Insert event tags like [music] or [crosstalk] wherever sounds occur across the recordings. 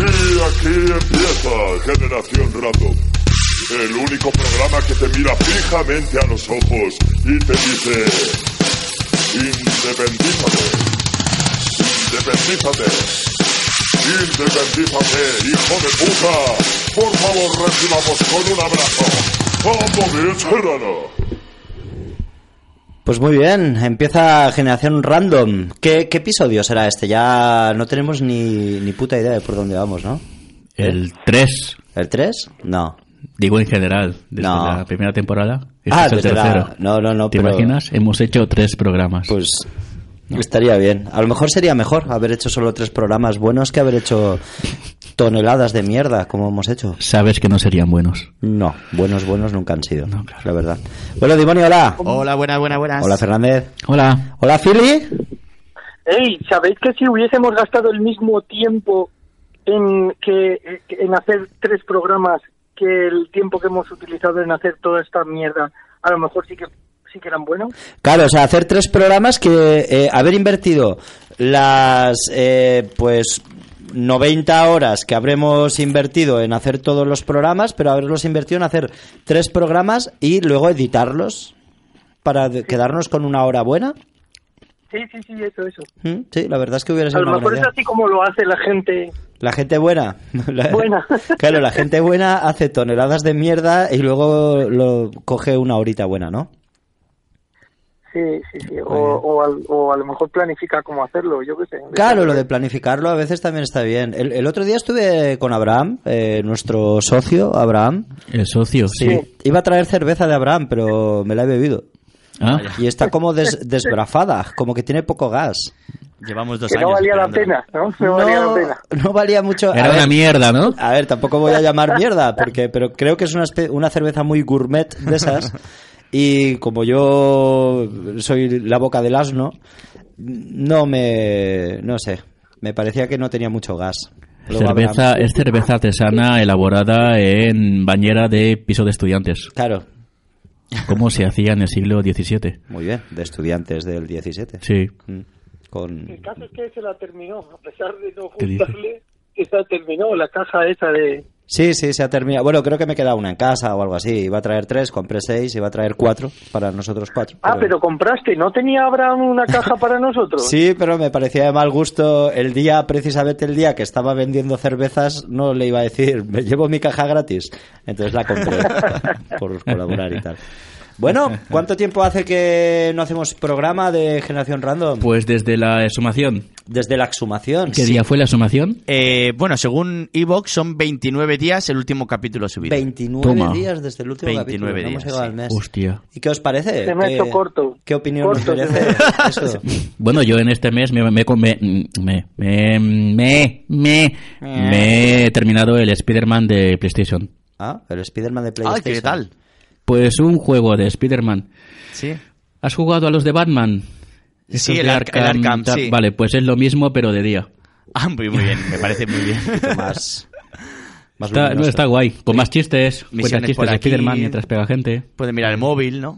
Aquí empieza Generación Random. El único programa que te mira fijamente a los ojos y te dice... Independízate. Independízate. Independízate, hijo de puta. Por favor, recibamos con un abrazo. ¡Vamos, bien, Serrano! Pues muy bien, empieza Generación Random. ¿Qué, qué episodio será este? Ya no tenemos ni, ni puta idea de por dónde vamos, ¿no? ¿Eh? El 3, ¿El 3? No. digo en general, desde No. la primera temporada. Este Ah, es el desde la- tercero. no, no, no, ¿Te pero- imaginas? Hemos hecho tres programas. Pues estaría bien. A lo mejor sería mejor haber hecho solo tres programas buenos que haber hecho toneladas de mierda como hemos hecho. Sabes que no serían buenos. No, buenos, buenos nunca han sido, No, claro. la verdad. Bueno, Dimonio, hola. Hola, buenas, buenas, buenas. Hola, Fernández. Hola. Hola, Fili. Ey, ¿sabéis que si hubiésemos gastado el mismo tiempo en, que, eh, en hacer tres programas que el tiempo que hemos utilizado en hacer toda esta mierda, a lo mejor sí que sí que eran buenos? Claro, o sea, hacer tres programas que eh, haber invertido las, eh, pues, 90 horas que habremos invertido en hacer todos los programas, pero haberlos invertido en hacer tres programas y luego editarlos para de- quedarnos con una hora buena. Sí, sí, sí, eso, eso. ¿Mm? Sí, la verdad es que hubiera A sido lo una mejor buena es idea. así como lo hace la gente. La gente buena. [laughs] La- Buena. Claro, la gente buena hace toneladas de mierda y luego lo coge una horita buena, ¿no? Sí, sí, sí. O, o, al- o a lo mejor planifica cómo hacerlo, yo qué sé. Claro, lo de planificarlo a veces también está bien. El, el otro día estuve con Abraham, eh, nuestro socio, Abraham. El socio, sí. Iba a traer cerveza de Abraham, pero me la he bebido. Ah, Y está como des- desbrafada, como que tiene poco gas. Llevamos dos Que no años valía la esperándolo. pena, ¿no? No valía la pena. no valía mucho. a Era ver, una mierda, ¿no? A ver, tampoco voy a llamar mierda, porque, pero creo que es una, espe- una cerveza muy gourmet de [laughs] esas. Y como yo soy la boca del asno, no me. No sé. Me parecía que no tenía mucho gas. Luego cerveza, habrá- es cerveza artesana elaborada en bañera de piso de estudiantes. Claro, Como se hacía en el siglo XVII. muy bien, de estudiantes del 17. Sí. Mm, Con... caso es que se la terminó, a pesar de no ¿Qué dice? gustarle, se la terminó la caja esa de... Sí, sí, se ha terminado. Bueno, creo que me queda una en casa o algo así. Iba a traer tres, compré seis, iba a traer cuatro para nosotros cuatro. Ah, pero compraste, ¿no tenía Abraham una [laughs] caja para nosotros? Sí, pero me parecía de mal gusto el día, precisamente el día que estaba vendiendo cervezas, no le iba a decir, me llevo mi caja gratis. Entonces la [laughs] compré por colaborar y tal. Bueno, ¿cuánto tiempo hace que no hacemos programa de Generación Random? Pues desde la exhumación. Desde la exhumación. ¿Qué día fue la exhumación? Eh, bueno, según Evox son 29 días el último capítulo subido. 29 Toma. días desde el último 29 capítulo, no hemos días, llegado sí. al mes. Hostia. ¿Y qué os parece? Se me ha ¿Qué- hecho corto. ¿Qué opinión os Corto, se merece me- eso? Bueno, yo en este mes me me me me me me, me- me he terminado el Spider-Man de PlayStation. Ah, el Spider-Man de Ah, PlayStation. ¿qué tal? Pues un juego de Spider-Man. Sí. ¿Has jugado a los de Batman? Sí, Esos el de Ar- el Arkham, tal. sí. Vale, pues es lo mismo pero de día. Ah, muy, muy bien, me parece muy [laughs] bien. Más, más Está, no, luminoso. está guay, con más chistes, cuenta Misiones por chistes de aquí. Spider-Man mientras pega gente. Puede mirar el móvil, ¿no?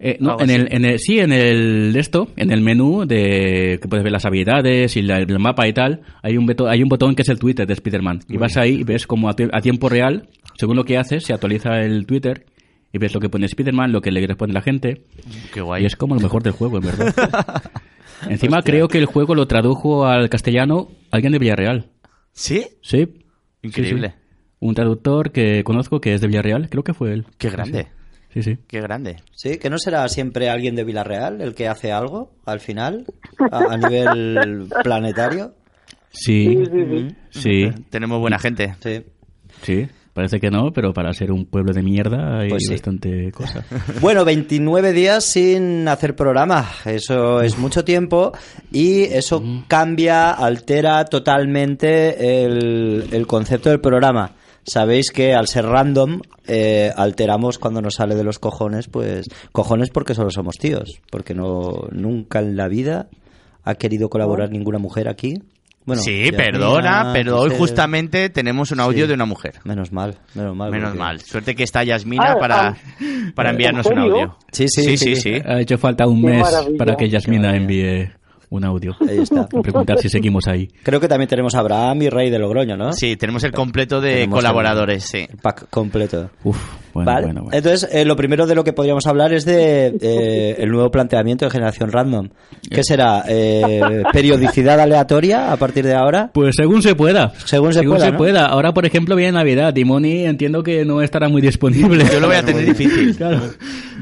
Eh, no, Algo en así. el, en el- sí, en el de esto, en el menú de que puedes ver las habilidades y la- el mapa y tal, hay un, beto- hay un botón que es el Twitter de Spider-Man. Y vas ahí y ves como a, tie- a tiempo real, según lo que haces, se actualiza el Twitter y ves lo que pone Spider-Man, lo que le responde la gente. Qué Y guay. es como lo mejor del juego, en verdad. [laughs] Encima creo que el juego lo tradujo al castellano alguien de Villarreal. ¿Sí? Sí. sí, Increíble. sí. Un traductor que conozco que es de Villarreal, creo que fue él. Qué grande. Sí, sí. Qué grande. Sí, que no será siempre alguien de Villarreal el que hace algo al final, a, a nivel planetario. Sí, sí. Tenemos buena gente. Sí. Sí, parece que no, pero para ser un pueblo de mierda hay Pues sí. bastante cosa. Bueno, 29 días sin hacer programa. Eso es mucho tiempo y eso Mm. cambia, altera totalmente el, el concepto del programa. Sabéis que al ser random eh, alteramos cuando nos sale de los cojones, pues cojones porque solo somos tíos, porque no nunca en la vida ha querido colaborar ninguna mujer aquí. Bueno, Oh. sí, ya- perdona, Ah, pero pues, hoy eh, justamente tenemos un audio sí. de una mujer. Menos mal, menos mal. Menos porque- mal. Suerte que está Yasmina Ah, para, ah. para enviarnos ¿En un serio? audio. Sí, sí, sí, [laughs] sí. sí. sí. Ha hecho falta un Qué mes maravilla. para que Yasmina envíe un audio. Ahí está. Para preguntar si seguimos ahí. Creo que también tenemos a Abraham y Rey de Logroño, ¿no? Sí, tenemos el completo de Tenemos colaboradores, el- sí. El pack completo. Uf, bueno, Vale. bueno, bueno. Entonces, eh, lo primero de lo que podríamos hablar es de eh, el nuevo planteamiento de generación random. ¿Qué será? Eh, ¿Periodicidad aleatoria a partir de ahora? Pues según se pueda. Según se pueda, ¿no? Ahora, por ejemplo, viene Navidad y Moni entiendo que no estará muy disponible. Yo lo voy a [laughs] tener difícil. Claro.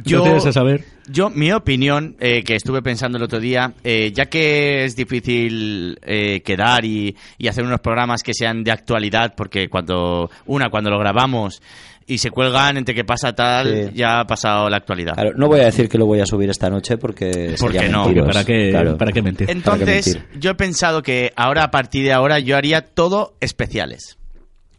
Yo- Yo... tienes a saber. Yo, mi opinión, eh, que estuve pensando el otro día, eh, ya que es difícil eh, quedar y, y hacer unos programas que sean de actualidad, porque cuando una, cuando lo grabamos y se cuelgan entre que pasa tal, Sí. ya ha pasado la actualidad. Claro, no voy a decir que lo voy a subir esta noche porque. ¿Por sería qué no? mentiros, Porque ¿Para qué, claro. ¿Para qué mentir? Entonces, mentir. yo he pensado que ahora, a partir de ahora, yo haría todo especiales.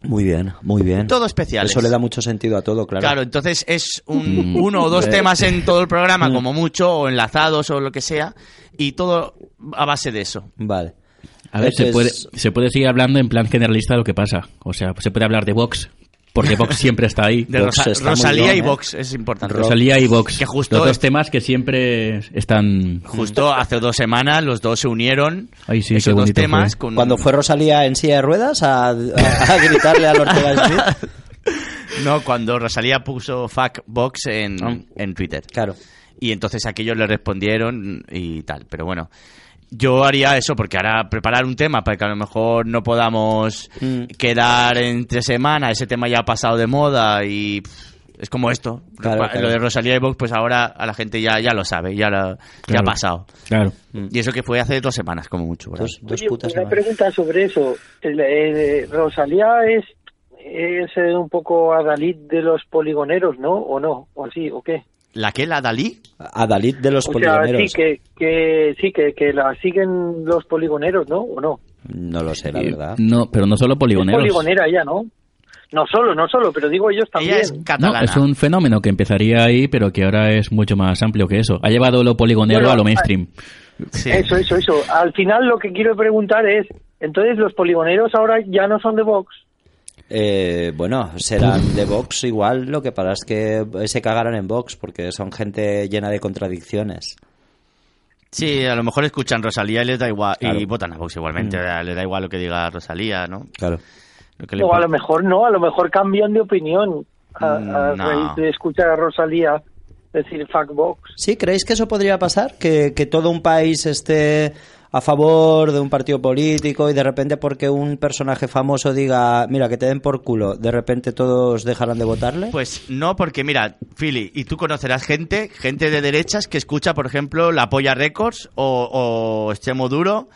Muy bien, muy bien. Todo especiales. Eso le da mucho sentido a todo, claro. Claro, entonces es [laughs] un, uno o dos temas en todo el programa, como mucho, o enlazados o lo que sea, y todo a base de eso. Vale. A ver, se Entonces- puede, se puede seguir hablando en plan generalista de lo que pasa. O sea, se puede hablar de Vox, porque Vox siempre [laughs] está ahí. De Vox Rosa- está muy Rosalía bien, y ¿eh? Vox, es importante. Rosalía y Vox. Que justo Los dos es- temas que siempre están... Justo Mm. hace dos semanas los dos se unieron. Ay, sí, qué esos dos bonito temas. fue. Con... Cuando fue Rosalía en silla de ruedas a, a- a gritarle al Ortega Smith. No, cuando Rosalía puso fuck Vox en, Ah. en Twitter. Claro. Y entonces aquellos le respondieron y tal. Pero bueno, yo haría eso porque ahora preparar un tema para que a lo mejor no podamos Mm. quedar entre semana. Ese tema ya ha pasado de moda y pff, es como esto. Claro, Lo claro. de Rosalía y Vox, pues ahora a la gente ya, ya lo sabe, ya, la- ya ha Claro. pasado. Claro. Y eso que fue hace dos semanas, como mucho. Pues, ¿verdad? Dos, dos Oye, putas pues una no hay. pregunta sobre eso. El- eh, Rosalía es, es eh, un poco adalid de los poligoneros, ¿no? ¿O no? ¿O así? ¿O qué? ¿La que? ¿La Dalí? A Dalit de los O sea, sí, poligoneros. que, que, sí que, que la siguen los poligoneros, ¿no? ¿O no? No lo sé, la Eh, verdad. No, pero no solo poligoneros. Es poligonera ya, ¿no? No solo, no solo, pero digo ellos también. Ella es No, catalana. es un fenómeno que empezaría ahí, pero que ahora es mucho más amplio que eso. Ha llevado lo poligonero Bueno, a lo mainstream. Sí. Eso, eso, eso. Al final lo que quiero preguntar es, entonces los poligoneros ahora ya no son de Vox. Eh, bueno, serán de Vox igual, lo que pasa es que eh, se cagarán en Vox porque son gente llena de contradicciones. Sí, a lo mejor escuchan Rosalía y les da igual. Y Claro. votan a Vox igualmente. Les da igual lo que diga Rosalía, ¿no? Claro. Lo que le O a importa. lo mejor no, a lo mejor cambian de opinión a, a Mm, No. raíz de escuchar a Rosalía decir fuck Vox. ¿Sí? ¿Creéis que eso podría pasar? ¿Que, que todo un país esté a favor de un partido político y de repente porque un personaje famoso diga, mira, que te den por culo, de repente todos dejarán de votarle? Pues no, porque mira, Philly, y tú conocerás gente, gente de derechas que escucha, por ejemplo, La Polla Records o, o Extremo Duro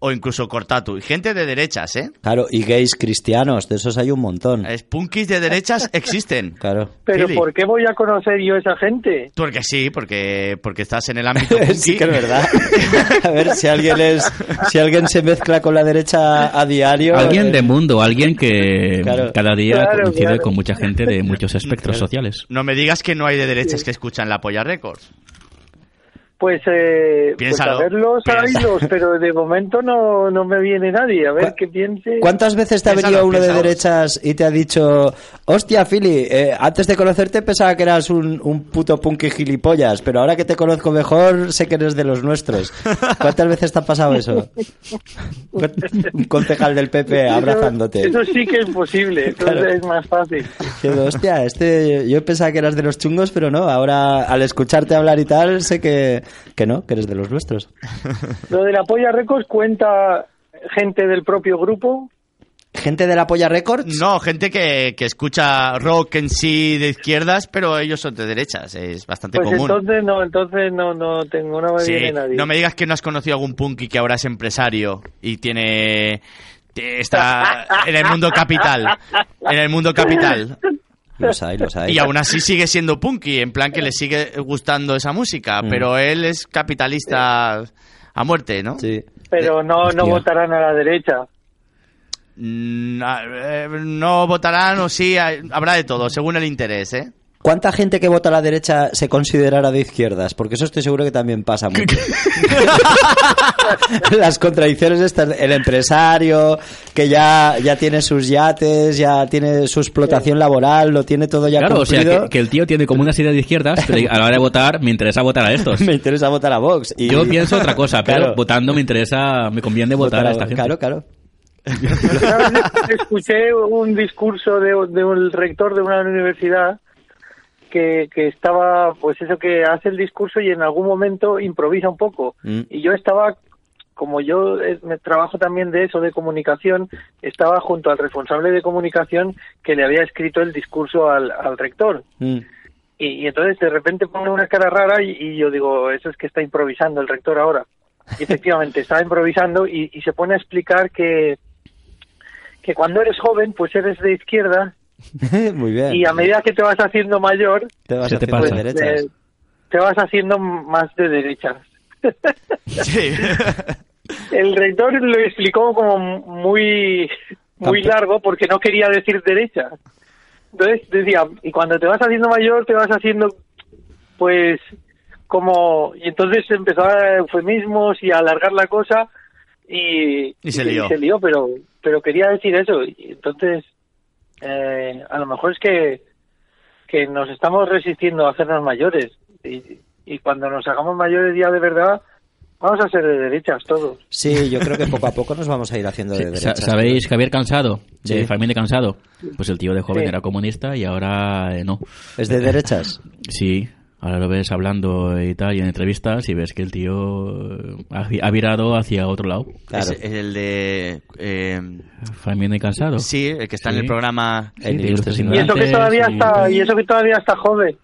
o incluso Cortatu. Y gente de derechas, ¿eh? Claro, y gays cristianos, de esos hay un montón. Es punkis de derechas existen. Claro. Pero Really? ¿por qué voy a conocer yo a esa gente? Porque sí, porque, porque estás en el ámbito [laughs] punky. Sí que es [laughs] verdad. A ver si alguien es, si alguien se mezcla con la derecha a diario. Alguien eh, de mundo, alguien que Claro. cada día Claro, coincide claro. con mucha gente de muchos espectros sociales. No me digas que no hay de derechas que escuchan La Polla Records. Pues, eh, pues Piénsalo, a verlos, a piensa. [laughs] oírlos, pero de momento no, no me viene nadie. A ver ¿Cuá- qué piense. ¿Cuántas veces te ha Piénsalo, venido uno de piénsalo. derechas y te ha dicho, hostia, Philly, eh, antes de conocerte pensaba que eras un, un puto punky gilipollas, pero ahora que te conozco mejor sé que eres de los nuestros? ¿Cuántas veces te ha pasado eso? Un concejal del PP Eso- abrazándote. Eso, sí que es [laughs] posible, eso Claro. es más fácil. Diciendo, hostia, este, yo pensaba que eras de los chungos, pero no, ahora al escucharte hablar y tal sé que, que no, que eres de los nuestros. Lo de la Polla Records cuenta gente del propio grupo. ¿Gente de la Polla Records? No, gente que, que escucha rock en sí de izquierdas, pero ellos son de derechas. Es bastante Pues común. entonces no, entonces no, no tengo, no me Sí, viene nadie. No me digas que no has conocido algún punky que ahora es empresario y tiene. te- Está en el mundo capital. En el mundo capital. Los hay, los hay. Y aún así sigue siendo punky, en plan que le sigue gustando esa música. Mm. Pero él es capitalista a muerte, ¿no? Sí. Pero no, Hostia. no votarán a la derecha. Mm, a- eh, No votarán o sí, hay- habrá de todo, según el interés, ¿eh? ¿Cuánta gente que vota a la derecha se considerara de izquierdas? Porque eso estoy seguro que también pasa mucho. [laughs] Las contradicciones estas, el empresario que ya, ya tiene sus yates, ya tiene su explotación laboral, lo tiene todo ya Claro, o sea, cumplido. que, que el tío tiene como unas ideas de izquierdas, pero a la hora de votar me interesa votar a [laughs] estos. Me interesa votar a Vox. Y Yo pienso otra cosa, pero Claro. votando me interesa, me conviene votar, a esta gente. Claro, claro. Una vez Escuché un discurso de, de un rector de una universidad que, que estaba, pues eso que hace el discurso y en algún momento improvisa un poco. Mm. Y yo estaba, como yo eh, me trabajo también de eso, de comunicación, estaba junto al responsable de comunicación que le había escrito el discurso al, al rector. Mm. Y, y entonces de repente pone una cara rara y, y yo digo, eso es que está improvisando el rector ahora. Y efectivamente, [laughs] está improvisando y, y se pone a explicar que, que cuando eres joven, pues eres de izquierda Mm. [laughs] Muy bien. y a medida que te vas haciendo mayor, te vas Se te haciendo de pasa. pues, derechas. eh, te vas haciendo más de derechas. [laughs] Sí. El rector lo explicó como muy, muy Campe- largo porque no quería decir derecha. Entonces decía, y cuando te vas haciendo mayor, te vas haciendo, pues, como. Y entonces empezaba eufemismos y a alargar la cosa y. Y se lió. pero, pero quería decir eso. Y entonces, eh, a lo mejor es que, que nos estamos resistiendo a hacernos mayores. Y, y cuando nos hagamos mayores ya de verdad, vamos a ser de derechas todos. Sí, yo creo que poco a poco nos vamos a ir haciendo de Sí, derechas. sa- ¿Sabéis Javier Cansado? De Sí. Familia Cansado. Pues el tío de joven Sí. era comunista y ahora eh, no. Es [laughs] de derechas. Sí, ahora lo ves hablando y tal, y en entrevistas, y ves que el tío eh, ha, vi- ha virado hacia otro lado. Claro. Es, es el de. eh, Familia Cansado. sí, el que está en Sí. el programa. Sí, Eh, El de ilustre ilustres sin Y eso que ignorantes, todavía y- está, y eso que todavía está joven.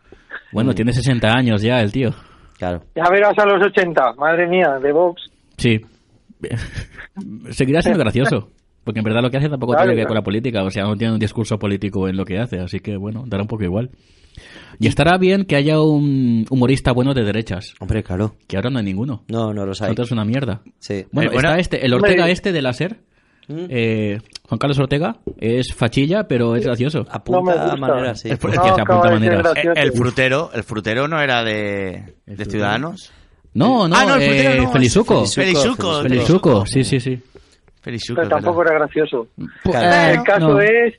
Bueno, tiene 60 años ya el tío. Claro. Ya verás a los 80, madre mía, de Vox. [laughs] Sí. Seguirá siendo gracioso. Porque en verdad lo que hace tampoco Claro, tiene que ver claro. con la política. O sea, no tiene un discurso político en lo que hace. Así que, bueno, dará un poco igual. Y estará bien que haya un humorista bueno de derechas. Hombre, claro. Que ahora no hay ninguno. No, no los hay. Otro es una mierda. Sí. Bueno, Eh, bueno, ¿Mm? está este, el Ortega hombre. este de la SER. eh, Juan Carlos Ortega es fachilla, pero es gracioso. No me Apunta gusta. a manera, [laughs] sí. Es por- No, que se acaba apunta de ser maneras. gracioso. Eh, El frutero, el frutero no era de, de Ciudadanos. No, no, Ah, no, el eh, frutero no, Felizuco. es Felizuco. Felizuco, sí, sí, sí. Eh, Felizuco, Pero tampoco ¿verdad? era gracioso. Claro. el caso no. es...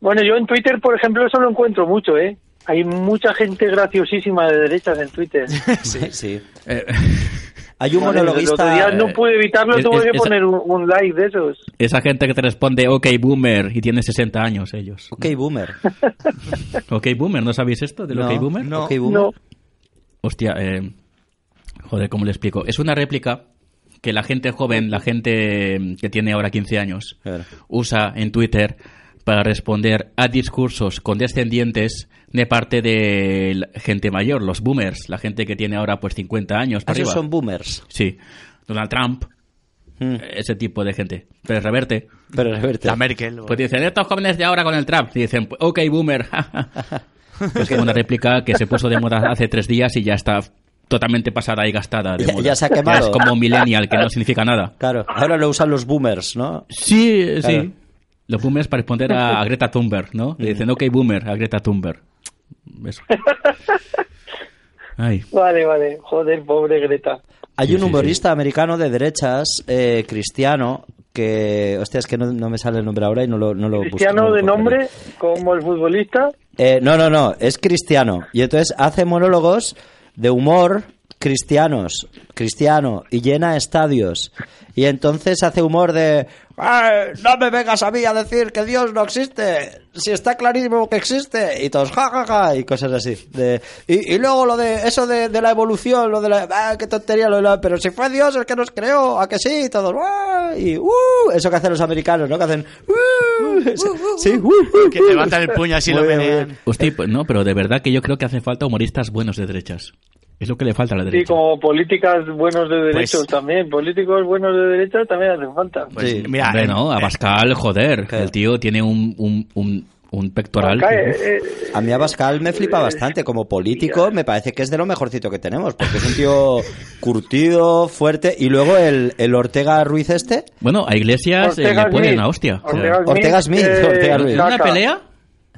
Bueno, yo en Twitter, por ejemplo, eso lo encuentro mucho, ¿eh? Hay mucha gente graciosísima de derechas en Twitter. Sí, sí. Eh, [laughs] Hay un Madre, el otro monologuista. día no pude evitarlo, es- tuve es- que esa- poner un, un like de esos. esa gente que te responde, ok, boomer, y tiene 60 [laughs] años ellos. Ok, boomer. Ok, boomer, ¿no sabéis esto del No, ok, boomer? No. ok, boomer. No, Hostia, eh, joder, ¿cómo le explico? Es una réplica que la gente joven, la gente mm, que tiene ahora 15 años, Claro. usa en Twitter para responder a discursos condescendientes de parte de la gente mayor, los boomers, la gente que tiene ahora pues 50 años Ah, para Esos arriba. son boomers. Sí, Donald Trump, Mm. ese tipo de gente. Pero reverte. Pero reverte. La Merkel. o- Pues dicen, estos jóvenes de ahora con el trap. Y dicen, pues, ok, boomer. [laughs] es como una réplica que se puso de moda hace tres días y ya está totalmente pasada y gastada. de Ya- moda. ya se ha quemado. es como millennial, que no significa nada. Claro. Ahora lo usan los boomers, ¿no? Sí, sí. Claro. Los boomers para responder a, a Greta Thunberg, ¿no? Le dicen, ok, boomer, a Greta Thunberg. Eso. Ay. vale, vale. Joder, pobre Greta. Hay Sí, un sí, humorista americano de derechas, eh, cristiano, que. Hostia, es que no, no me sale el nombre ahora y no lo, no lo busco, pues, no Cristiano lo de encuentro. nombre, como el futbolista. Eh, no, no, no, es cristiano. Y entonces hace monólogos de humor cristianos, cristiano, y llena estadios. Y entonces hace humor de... "Ay, No me vengas a mí a decir que Dios no existe, si está clarísimo que existe. Y todos, ja, ja, ja, y cosas así. De- y, y luego lo de eso de, de la evolución, lo de la... "Ah, qué tontería, lo de la- pero si fue Dios el que nos creó, a que sí, y todos... "Ah", y "Uh", eso que hacen los americanos, ¿no? Que hacen... "Uh", [laughs] sí, "Uh, uh, Que levantan el puño así Muy lo bien, menean. Hostia, pues, no, pero de verdad que yo creo que hace falta humoristas buenos de derechas. Es lo que le falta a la Sí, derecha. como políticas buenos de derechos Pues- también. Políticos buenos de derechos también hacen falta. Pues, Sí. mira, Hombre, eh, no, eh, Abascal, joder. claro. El tío tiene un, un, un, un pectoral. Acá, que- eh, eh, A mí Abascal me flipa bastante. Como político, me parece que es de lo mejorcito que tenemos, porque es un tío curtido, fuerte. Y luego el, el Ortega Ruiz este. Bueno, a Iglesias eh, Ortega le ponen Smith. a hostia. O sea, Ortega Smith, Ortega en Smith. eh, una saca. pelea,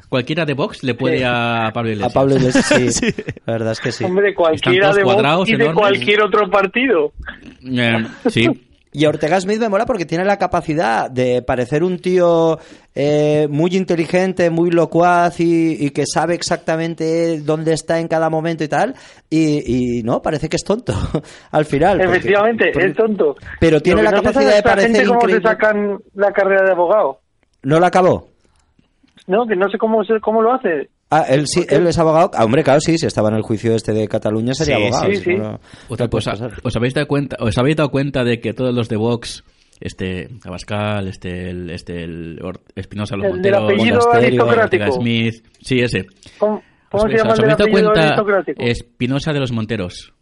Cualquiera de Vox le puede a Pablo A Iglesias. Pablo Iglesias sí. La verdad es que sí. Hombre, Están cualquiera todos de Vox cuadrados, y de enormes. cualquier [laughs] otro partido. Eh, sí. Y a Ortega Smith me mola porque tiene la capacidad de parecer un tío eh, muy inteligente, muy locuaz y, y que sabe exactamente dónde está en cada momento y tal. Y, y no, parece que es tonto [laughs] al final. Pues porque- Efectivamente, porque- es tonto. Pero tiene la Lo que no sé capacidad es de esta parecer gente cómo increíble. se sacan la carrera de abogado. No la acabó. No, que no sé cómo, se- cómo lo hace. Ah, él sí, él es abogado. Ah, hombre, claro, sí, si estaba en el juicio este de Cataluña sería Sí, abogado. sí, si sí. no, no- Otra no puedes cosa, pasar. pues, ¿os habéis dado cuenta, os habéis dado cuenta de que todos los de Vox, este Abascal, este el, este el Or- Espinosa los El del Monteros, apellido Monasterio, aristocrático. Ortega Smith, sí, ese. ¿Cómo, ¿Os, cómo se habéis- llama os el habéis del dado apellido Pues cuenta aristocrático? Espinosa de los Monteros?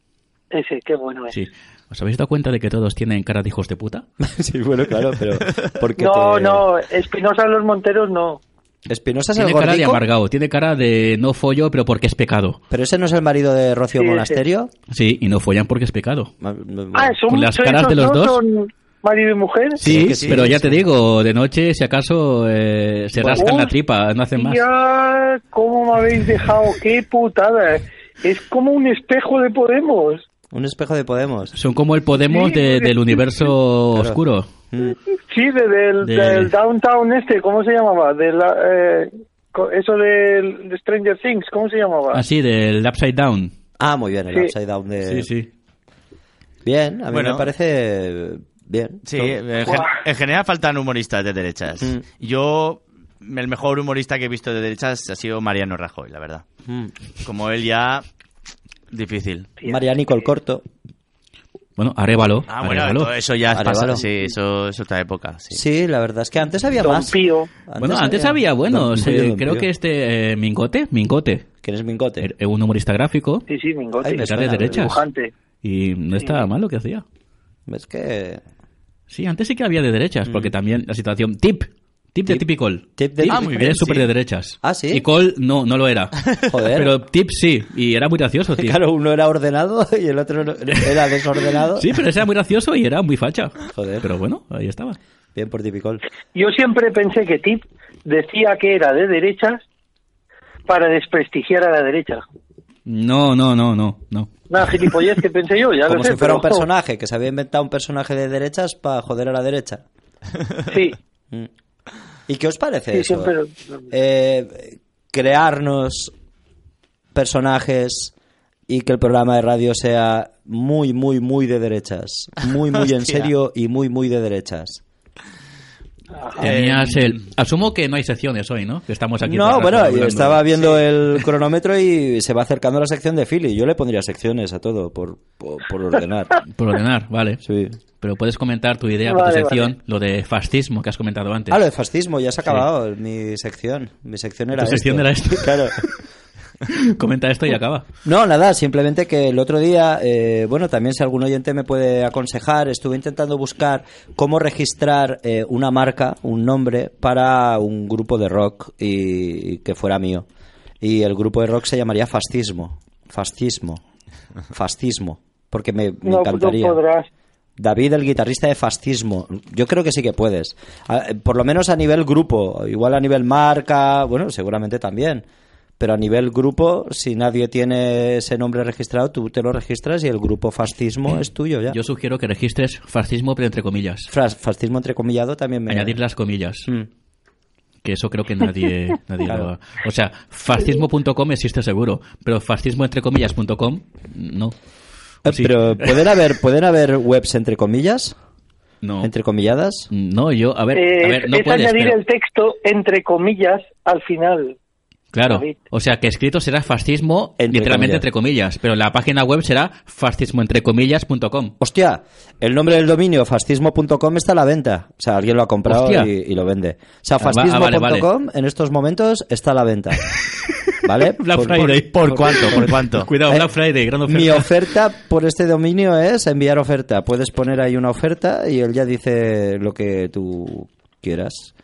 Ese, qué bueno es. Sí. ¿Os habéis dado cuenta de que todos tienen cara de hijos de puta? [laughs] sí, bueno, claro, pero. Porque No, te- no, Espinosa de los Monteros no. Espinosa es el Tiene cara de gordico. amargado, tiene cara de no follo, pero porque es pecado. Pero ese no es el marido de Rocío Sí, ese. Monasterio. Sí, y no follan porque es pecado. Ma- ma- Ah, son ¿Con las caras esos de los dos? son marido y mujer. Sí, que sí, pero ya sí. te digo, de noche, si acaso, eh, se Bueno, rascan la hostia. tripa, no hacen más. Ya, ¿cómo me habéis dejado? ¡Qué putada! Es como un espejo de Podemos. Un espejo de Podemos. Son como el Podemos de- del universo Claro. oscuro. Mm. Sí, de- del, De- del downtown este, ¿cómo se llamaba? De la, eh, co- eso del de Stranger Things, ¿cómo se llamaba? Así, del Upside Down. Ah, muy bien, el Sí. Upside Down de. Sí, sí. Bien, a mí Bueno. me parece. Bien. Sí, Son- eh, en, gen- en general faltan humoristas de derechas. Mm. Yo, el mejor humorista que he visto de derechas ha sido Mariano Rajoy, la verdad. Mm. Como él ya, difícil. Marianico el corto. Bueno, Arevalo. Ah, bueno, todo eso ya es Arevalo. pasado. Sí, eso es otra época. Sí. Sí, la verdad es que antes había Don más. Pío. Bueno, antes había buenos. Don eh, Pío, Don creo Pío. que este eh, Mingote, Mingote, ¿Quién es Mingote? era un humorista gráfico Sí, sí, Mingote. Ay, me era de suena, derechas. dibujante. Y no estaba mal lo que hacía. Es que. Sí, antes sí que había de derechas, porque también la situación. Tip. Tip de Tipicol. Mm. Tip de Tip Ah, muy Era bien, súper sí. de derechas. Ah, ¿sí? Y Col no, no lo era. [laughs] Joder. Pero Tip sí. Y era [laughs] muy gracioso, Tip. Claro, uno era ordenado [laughs] y el otro no- era desordenado. Sí, pero ese era muy gracioso y era muy facha. Joder. Pero bueno, ahí estaba. Bien por Tipicol. Yo siempre pensé que Tip decía que era de derechas para desprestigiar a la derecha. No, no, no, no, no. Una gilipollez que pensé yo, ya Como lo sé. si fuera un pero, personaje, que se había inventado un personaje de derechas para joder a la derecha. [laughs] Sí, Mm. ¿Y qué os parece Sí, eso? siempre- Eh, crearnos personajes y que el programa de radio sea muy, muy, muy de derechas. Muy, muy [laughs] en Hostia. serio y muy, muy de derechas. Tenías el... Asumo que no hay secciones hoy, ¿no? Que estamos aquí. No, todas bueno, hablando. yo estaba viendo [laughs] el cronómetro y se va acercando la sección de Philly. Yo le pondría secciones a todo por, por, por [laughs] ordenar. Por ordenar, vale. Sí. Pero puedes comentar tu idea para Vale, tu sección, lo de fascismo que has comentado antes. Ah, lo de fascismo, ya se ha acabado mi sección. Mi sección era Tu sección esto. era esto. [laughs] Claro. Comenta esto [laughs] y acaba. No, nada, simplemente que el otro día, eh, bueno, también si algún oyente me puede aconsejar, estuve intentando buscar cómo registrar eh, una marca, un nombre, para un grupo de rock y, y que fuera mío. Y el grupo de rock se llamaría Fascismo. Fascismo. Fascismo. Porque me, me no, no encantaría. podrás. David, el guitarrista de Fascismo. Yo creo que sí que puedes. A- Por lo menos a nivel grupo. Igual a nivel marca, bueno, seguramente también. Pero a nivel grupo, si nadie tiene ese nombre registrado, tú te lo registras y el grupo Fascismo es tuyo ya. Eh, Yo sugiero que registres fascismo, pero entre comillas. Fras- fascismo entrecomillado también me... Añadir las comillas. Mm. Que eso creo que [laughs] nadie, nadie Claro. lo ha- O sea, fascismo.com existe seguro, pero fascismo entre comillas.com no. Eh, Sí. Pero ¿pueden haber, ¿pueden haber webs entre comillas? No. ¿Entrecomilladas? No, yo, a ver, Eh, a ver, no es puedes. añadir pero- el texto entre comillas al final. Claro, David. o sea que escrito será fascismo, Entre literalmente comillas. entre comillas, pero la página web será fascismoentrecomillas.com. Hostia, el nombre del dominio fascismo.com está a la venta. O sea, alguien lo ha comprado Hostia. y, y lo vende. O sea, Ah, va- ah, fascismo.com vale, vale. en estos momentos está a la [laughs] venta. ¿Vale? Black Friday. ¿Por, cuánto? ¿Por [laughs] cuánto? Cuidado, Eh, Black Friday, gran [laughs] oferta. Mi oferta por este dominio es enviar oferta. Puedes poner ahí una oferta y él ya dice lo que tú quieras.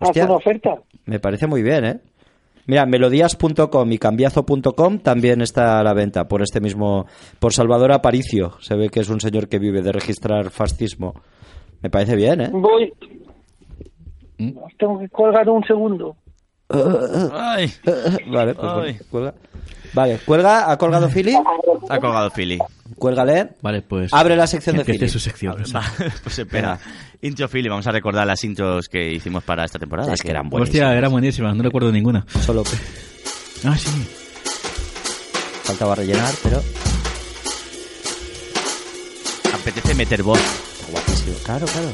Haz Hostia, una oferta. me parece muy bien, ¿eh? Mira, melodías.com y cambiazo.com también está a la venta por este mismo, por Salvador Aparicio. Se ve que es un señor que vive de registrar fascismo. Me parece bien, ¿eh? [laughs] ¿Mm? Voy. Os Tengo que colgar un segundo. Ay, Vale, pues Ay. bueno, cuelga. Vale, cuelga, ha colgado Philly, ha colgado Philly. cuélgale. Vale, pues. Abre la sección de que esté Philly. su sección. o sea. Va, pues espera. Intro Philly, vamos a recordar las intros que hicimos para esta temporada. Es que eran Hostia, era buenísima, no recuerdo ninguna. Solo Ah, sí. faltaba rellenar, pero Apetece meter voz. guapísimo. Claro, claro.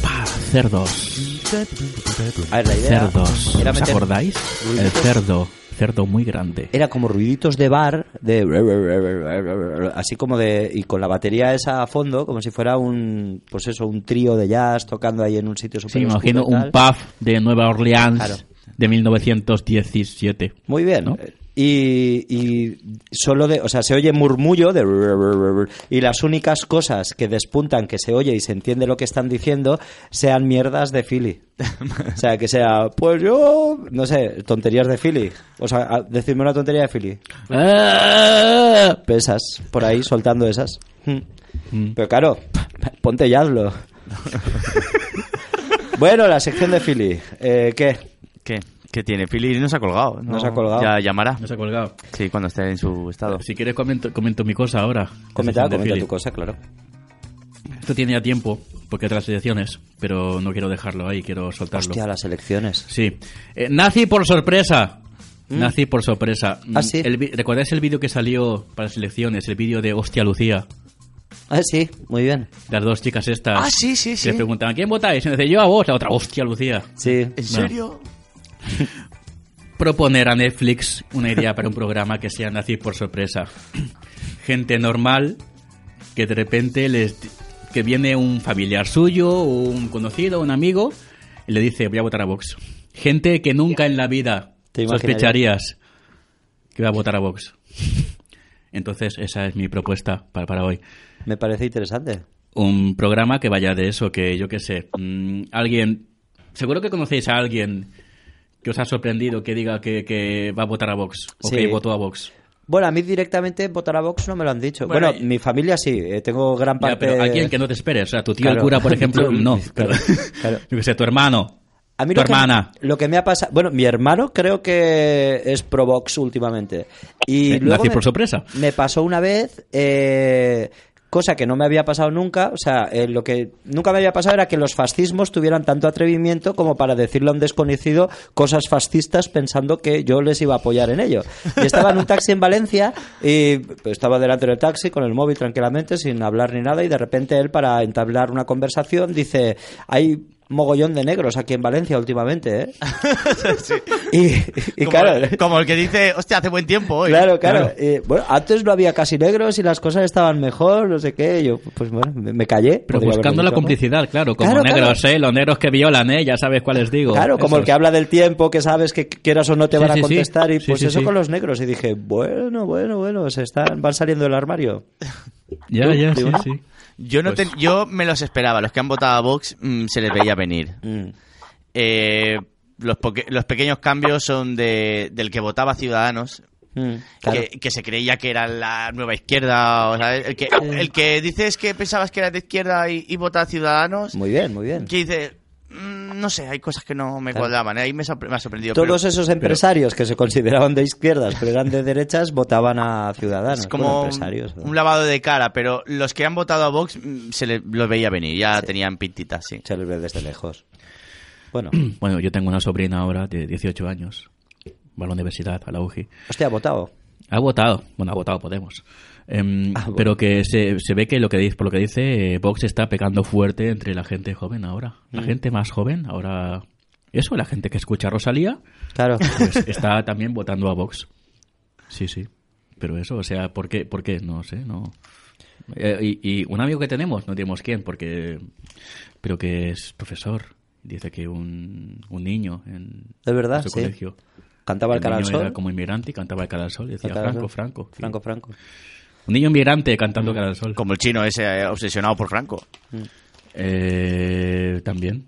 Pa, cerdos. A ver, la idea Cerdos. era ¿Os meter- acordáis? El Ruiditos. Eh, cerdo. Cerdo muy grande. Era como ruiditos de bar, de así como de y con la batería esa a fondo, como si fuera un pues eso, un trío de jazz tocando ahí en un sitio Sí, súper me imagino oscuro y un tal. pub de Nueva Orleans Claro. de 1917. Muy bien. ¿No? Y, y solo de, o sea, se oye murmullo de y las únicas cosas que despuntan que se oye y se entiende lo que están diciendo sean mierdas de Philly. [laughs] O sea, que sea, pues yo, no sé, tonterías de Philly. O sea, a- decidme una tontería de Philly. ¡Ah! Pues Esas, por ahí soltando esas. Mm. Pero claro, ponte y hazlo. bueno, la sección de Philly. Eh, ¿Qué? ¿Qué? ¿Qué tiene? Philly nos ha colgado. Nos ha colgado. Ya llamará. No se ha colgado. Sí, cuando esté en su estado. Si quieres comento, comento mi cosa ahora. Comenta, De comenta Philly. tu cosa, claro. Esto tiene ya tiempo, porque otras elecciones, pero no quiero dejarlo ahí, quiero soltarlo. Hostia, las elecciones. Sí. Eh, nazi por sorpresa. Nazi por sorpresa. ¿Mm? Ah, sí. El vi- ¿Recordáis el vídeo que salió para las elecciones? El vídeo de Hostia Lucía. Ah, sí, muy bien. Las dos chicas estas. Ah, sí, sí, sí. Que le preguntaban, ¿quién votáis? Y dice, yo a vos. La otra, Hostia Lucía. Sí. ¿En serio? proponer a Netflix una idea para un programa que sea nazi por sorpresa. [clears throat] Gente normal que de repente les que viene un familiar suyo, un conocido, un amigo y le dice, "Voy a votar a Vox." Gente que nunca en la vida Te imaginarías. sospecharías que va a votar a Vox. Entonces, esa es mi propuesta para, para hoy Me parece interesante. un programa que vaya de eso, que yo qué sé, mm, alguien, seguro que conocéis a alguien que os ha sorprendido que diga que, que va a votar a Vox o Sí. que votó a Vox. Bueno, a mí directamente votar a Vox no me lo han dicho. Bueno, Bueno, y- mi familia sí, eh, tengo gran Ya, parte... pero alguien que no te esperes, o sea, tu tío el Claro. cura, por ejemplo, [laughs] Tú- no, pero, claro. [laughs] yo qué sé, tu hermano, A mí tu lo que, hermana. lo que me ha pasado... Bueno, mi hermano creo que es pro Vox últimamente. Y Eh, luego nazi me- por sorpresa. Me pasó una vez... eh, Cosa que no me había pasado nunca, o sea, eh, lo que nunca me había pasado era que los fascismos tuvieran tanto atrevimiento como para decirle a un desconocido cosas fascistas pensando que yo les iba a apoyar en ello. Y estaba en un taxi en Valencia y pues, estaba delante del taxi con el móvil tranquilamente, sin hablar ni nada, y de repente él, para entablar una conversación, dice: Hay mogollón de negros aquí en Valencia últimamente, [laughs] ¿eh? Y, y como, claro. ¿eh? como el que dice, hostia, hace buen tiempo hoy. Claro, claro. claro. Eh, bueno, antes no había casi negros y las cosas estaban mejor, no sé qué. Yo, pues bueno, me, me callé. Pero podría haberlo buscando la dicho, ¿no? complicidad, claro, como Claro, negros, claro. ¿eh? Los negros que violan, ¿eh? Ya sabes cuáles digo. Claro, como el Esos. que habla del tiempo, que sabes que quieras o no te Sí, van sí, a sí. contestar, y Sí, pues sí, eso sí. con los negros. Y dije, bueno, bueno, bueno, se están, van saliendo del armario. Ya, ya, sí, sí. Yo, no Pues- te- yo me los esperaba. Los que han votado a Vox mm, se les veía venir. Mm. Eh, los, poque- los pequeños cambios son de, del que votaba Ciudadanos, Mm, claro. que, que se creía que era la nueva izquierda. O sea, el, que, el que dices que pensabas que era de izquierda y, y vota a Ciudadanos, Muy bien, muy bien. que dice, "Mm, no sé, hay cosas que no me Claro. cuadraban. ¿eh? Ahí me, sorpre- me ha sorprendido. pero Todos esos empresarios que se consideraban de izquierdas, pero eran de derechas, votaban a ciudadanos. es bueno, como empresarios. un, un lavado de cara, pero los que han votado a Vox mm, se les, los veía venir, ya tenían pintitas, sí. Se les ve desde lejos. Bueno, Bueno, yo tengo una sobrina ahora de 18 años. Va a la universidad, a la UGI. hostia, ha votado. Ha votado, bueno, ha votado Podemos. Em, Ah, bueno. Pero que se, se ve que, lo que dice, por lo que dice, eh, Vox está pegando fuerte entre la gente joven ahora. Mm. La gente más joven ahora. Eso, la gente que escucha a Rosalía, Claro. pues está también votando a Vox. Sí, sí. Pero eso, o sea, ¿por qué? ¿Por qué? No sé, no. Eh, y, y un amigo que tenemos, no tenemos quién, porque. Pero que es profesor. Dice que un, un niño en, Es verdad, en su sí. colegio. [laughs] Cantaba el el cara al niño sol. era como inmigrante y cantaba el cara al sol. y Decía Cantaba al Franco, sol. Franco. sí. Franco, Franco. Un niño inmigrante cantando Cara al Sol. Como el chino ese eh, obsesionado por Franco. Eh, también.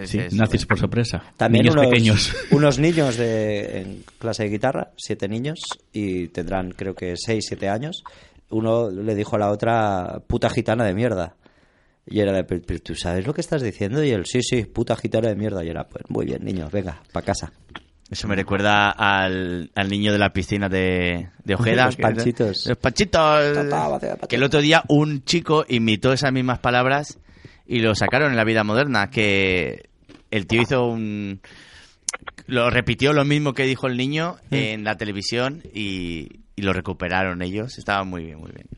Es- Sí, es- nazis por sorpresa. También Niños unos, pequeños. [laughs] unos niños de, en clase de guitarra, siete niños, y tendrán creo que seis, siete años. Uno le dijo a la otra, puta gitana de mierda. Y era de, "Pero- pero ¿tú sabes lo que estás diciendo? Y él, sí, sí, puta gitana de mierda. Y era, pues muy bien, niños, venga, para casa. Eso me recuerda al, al niño de la piscina de, de Ojeda. Los panchitos. Los panchitos. Papá, va a hacer panchitos. Que el otro día un chico imitó esas mismas palabras y lo sacaron en la vida moderna. Que el tío hizo un. Lo repitió lo mismo que dijo el niño Mm. en la televisión y, y lo recuperaron ellos. Estaba muy bien, muy bien.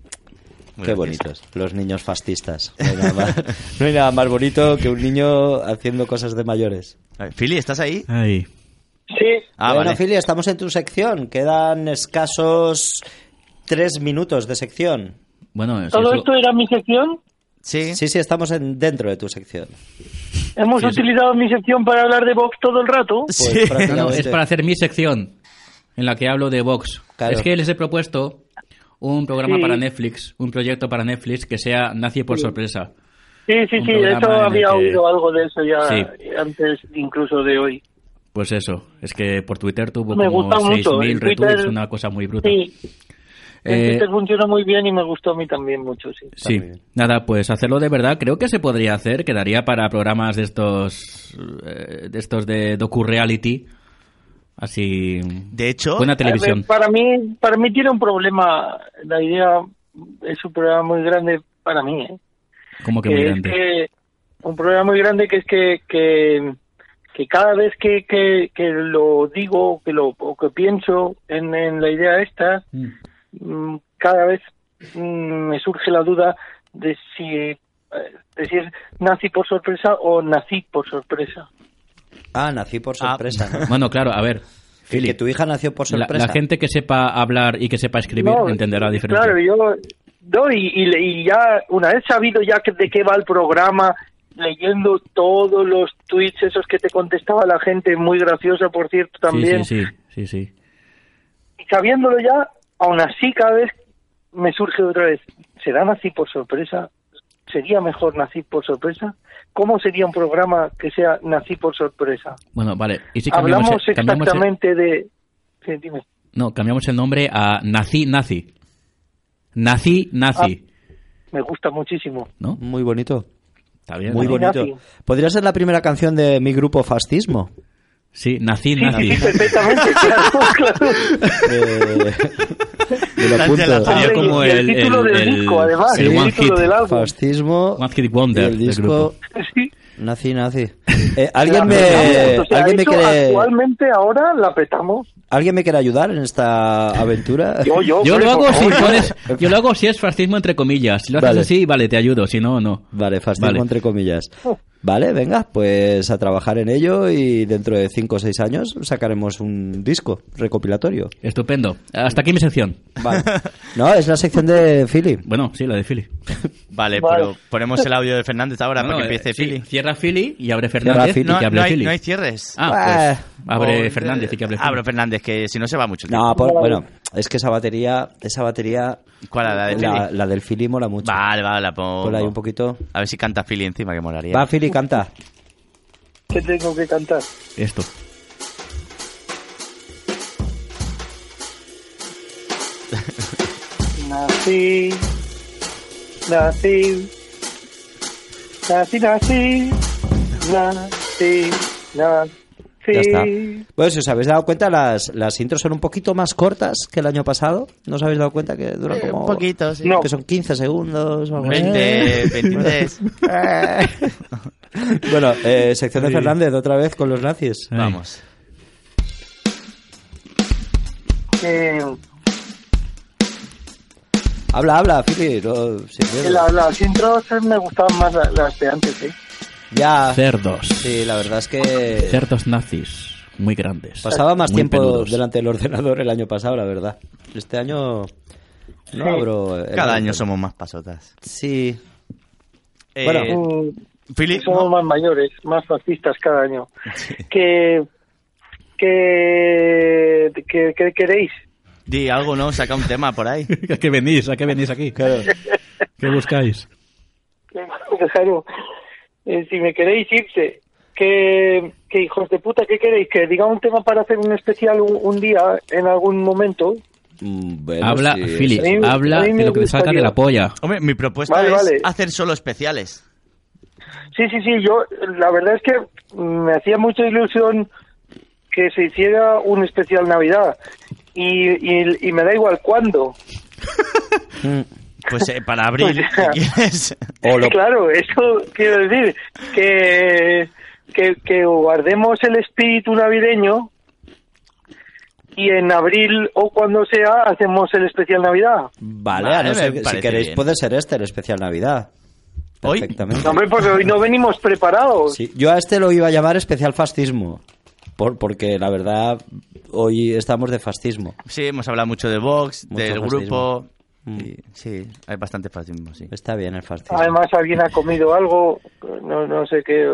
Muy Qué gracioso. bonitos, los niños fascistas. No hay, nada más, [laughs] no hay nada más bonito que un niño haciendo cosas de mayores. A ver, Fili, ¿estás ahí? Ahí. Sí, Ah, bueno, vale. Fili, estamos en tu sección. Quedan escasos tres minutos de sección. Bueno, si todo Pues eso- esto era mi sección. Sí. Sí, sí, estamos en, dentro de tu sección. Hemos Sí, sí. utilizado mi sección para hablar de Vox todo el rato. Pues [laughs] Sí. No, no, es prácticamente. para hacer mi sección en la que hablo de Vox. Claro. Es que les he propuesto un programa Sí. para Netflix, un proyecto para Netflix que sea Nazi por sorpresa. Sí, sí, Un sí, programa eso en el había que- oído algo de eso ya Sí. antes incluso de hoy. Pues eso, es que por Twitter tuvo Me como gusta mucho. 6.000 en Twitter- retweets, una cosa muy bruta. Sí, en Eh, Twitter funcionó muy bien y me gustó a mí también mucho, sí. Sí, nada, pues hacerlo de verdad creo que se podría hacer, quedaría para programas de estos eh, de estos de docu-reality, así... De hecho, Buena televisión. Eh, Para mí, para mí tiene un problema. La idea es un problema muy grande para mí. ¿eh? Como que muy es grande. que- un problema muy grande que es que, que, que cada vez que, que, que lo digo que lo, o que pienso en, en la idea esta, mm, cada vez mm, me surge la duda de si, eh, de si es nazi por sorpresa o nací por sorpresa. Ah, nací por sorpresa. [laughs] ¿no? Bueno, claro, a ver, Que, Fili, que tu hija nació por la, sorpresa. la gente que sepa hablar y que sepa escribir No, entenderá la diferencia. Claro, yo no, y, y le- y ya una vez sabido ya que- de qué va el programa, leyendo todos los tweets esos que te contestaba la gente, muy graciosa por cierto Sí, también, Sí, sí, sí, sí. y sabiéndolo ya, aún así cada vez me surge otra vez, ¿será nací por sorpresa? ¿Sería mejor nací por sorpresa? ¿Cómo sería un programa que sea nací por sorpresa? Bueno, vale. Y si cambiamos, Hablamos el- cambiamos el- exactamente de... Sí, dime. no, cambiamos el nombre a Nazi Nazi. Nazi Nazi, Ah. Me gusta muchísimo. ¿no? Muy bonito. Está bien. Muy ¿no? bonito. Nazi. Podría ser la primera canción de mi grupo [laughs] Fascismo. Sí, Nazi Sí, Nazi. sí, sí, perfectamente, [laughs] claro, claro. Eh, [laughs] me lo Tan apunto. relajado. Sería Hombre, como Ah, y el, el título el- del el- disco, además, el el One título Hit. del álbum. Fascismo. One Hit Wonder y el del disco grupo. Sí. Nazi, [laughs] nazi. Eh, ¿alguien, La me, petamos, o sea, ¿alguien, me eso quiere, Actualmente ahora la petamos. ¿Alguien me quiere ayudar en esta aventura? Yo, yo, Yo hombre, lo, hago por si favor. pones- yo lo hago si es fascismo entre comillas. Si lo haces Vale. así, vale, te ayudo. Si no, no. Vale, fascismo Vale. entre comillas. Vale, venga, pues a trabajar en ello y dentro de 5 o 6 años sacaremos un disco recopilatorio. Estupendo. Hasta aquí mi sección. [laughs] Vale. No, es la sección de Philip. Bueno, sí, la de Philly. Vale. Vale, pero ponemos el audio de Fernández ahora No, para no, que empiece eh, sí, Fili. Cierra Philly y abre Fernández Philly. y No, que hable no hay, Philly. no hay cierres. Ah, pues Ah. abre O- Fernández y que hable Philly. Abro Fernández, que si no se va mucho. tiempo. No, por- bueno, es que esa batería, esa batería, ¿Cuál? ¿La de la, Philly? la del Philly mola mucho. Vale, vale, la pongo. Ponla ahí un poquito. A ver si canta Philly encima, que molaría. Va, Philly, canta. ¿Qué tengo que cantar? Esto. Nací, nací, nací, nací, nací, nací. Ya está. Bueno, si os habéis dado cuenta, las, las intros son un poquito más cortas que el año pasado. ¿No os habéis dado cuenta que duran como... Eh, un poquito, sí. No. Que son 15 segundos. o algo así. Eh. 20, [laughs] 23. Bueno, eh, sección de Fernández, otra vez con los nazis. Vamos. Eh, Habla, habla, Fili. no, sin miedo. la- las intros eh, me gustaban más la- las de antes, ¿eh? Ya. Cerdos. Ah. Sí, la verdad es que Cerdos nazis. Muy grandes. pasaba más Muy tiempo peludos. delante del ordenador el año pasado, la verdad. Este año Eh, no abro. el Cada año ordenador. somos más pasotas. Sí. Eh, Bueno. Philly, somos no. más mayores, más fascistas cada año. Que, que, que, que queréis. [laughs] di algo, ¿no? Saca un tema por ahí. [laughs] ¿A qué venís? ¿A qué venís aquí? ¿Qué buscáis? Claro, eh, si me queréis irse, que, que hijos de puta, ¿qué queréis? Que diga un tema para hacer un especial un, un día, en algún momento. Mm, bueno, Habla, sí. Philly, A mí me- habla a mí me de lo que te salga gustaría. de la polla. [laughs] Hombre, mi propuesta Vale, es vale. hacer solo especiales. Sí, sí, sí, yo la verdad es que me hacía mucha ilusión que se hiciera un especial Navidad. Y, y, y me da igual cuándo. Pues eh, para abril, O sea, si quieres. O lo- Claro, eso quiero decir que, que, que guardemos el espíritu navideño y en abril o cuando sea hacemos el especial Navidad. Vale, a Vale, no ser me que- si parece queréis bien. puede ser este el especial Navidad. Hoy, Perfectamente. No, hombre, porque hoy no venimos preparados. Sí, yo a este lo iba a llamar especial fascismo. Por, porque la verdad, hoy estamos de fascismo. sí, hemos hablado mucho de Vox, Mucho del fascismo. grupo. Mm. y- sí, hay bastante fascismo, sí. Está bien el fascismo. Además, alguien ha comido algo, no, no sé qué,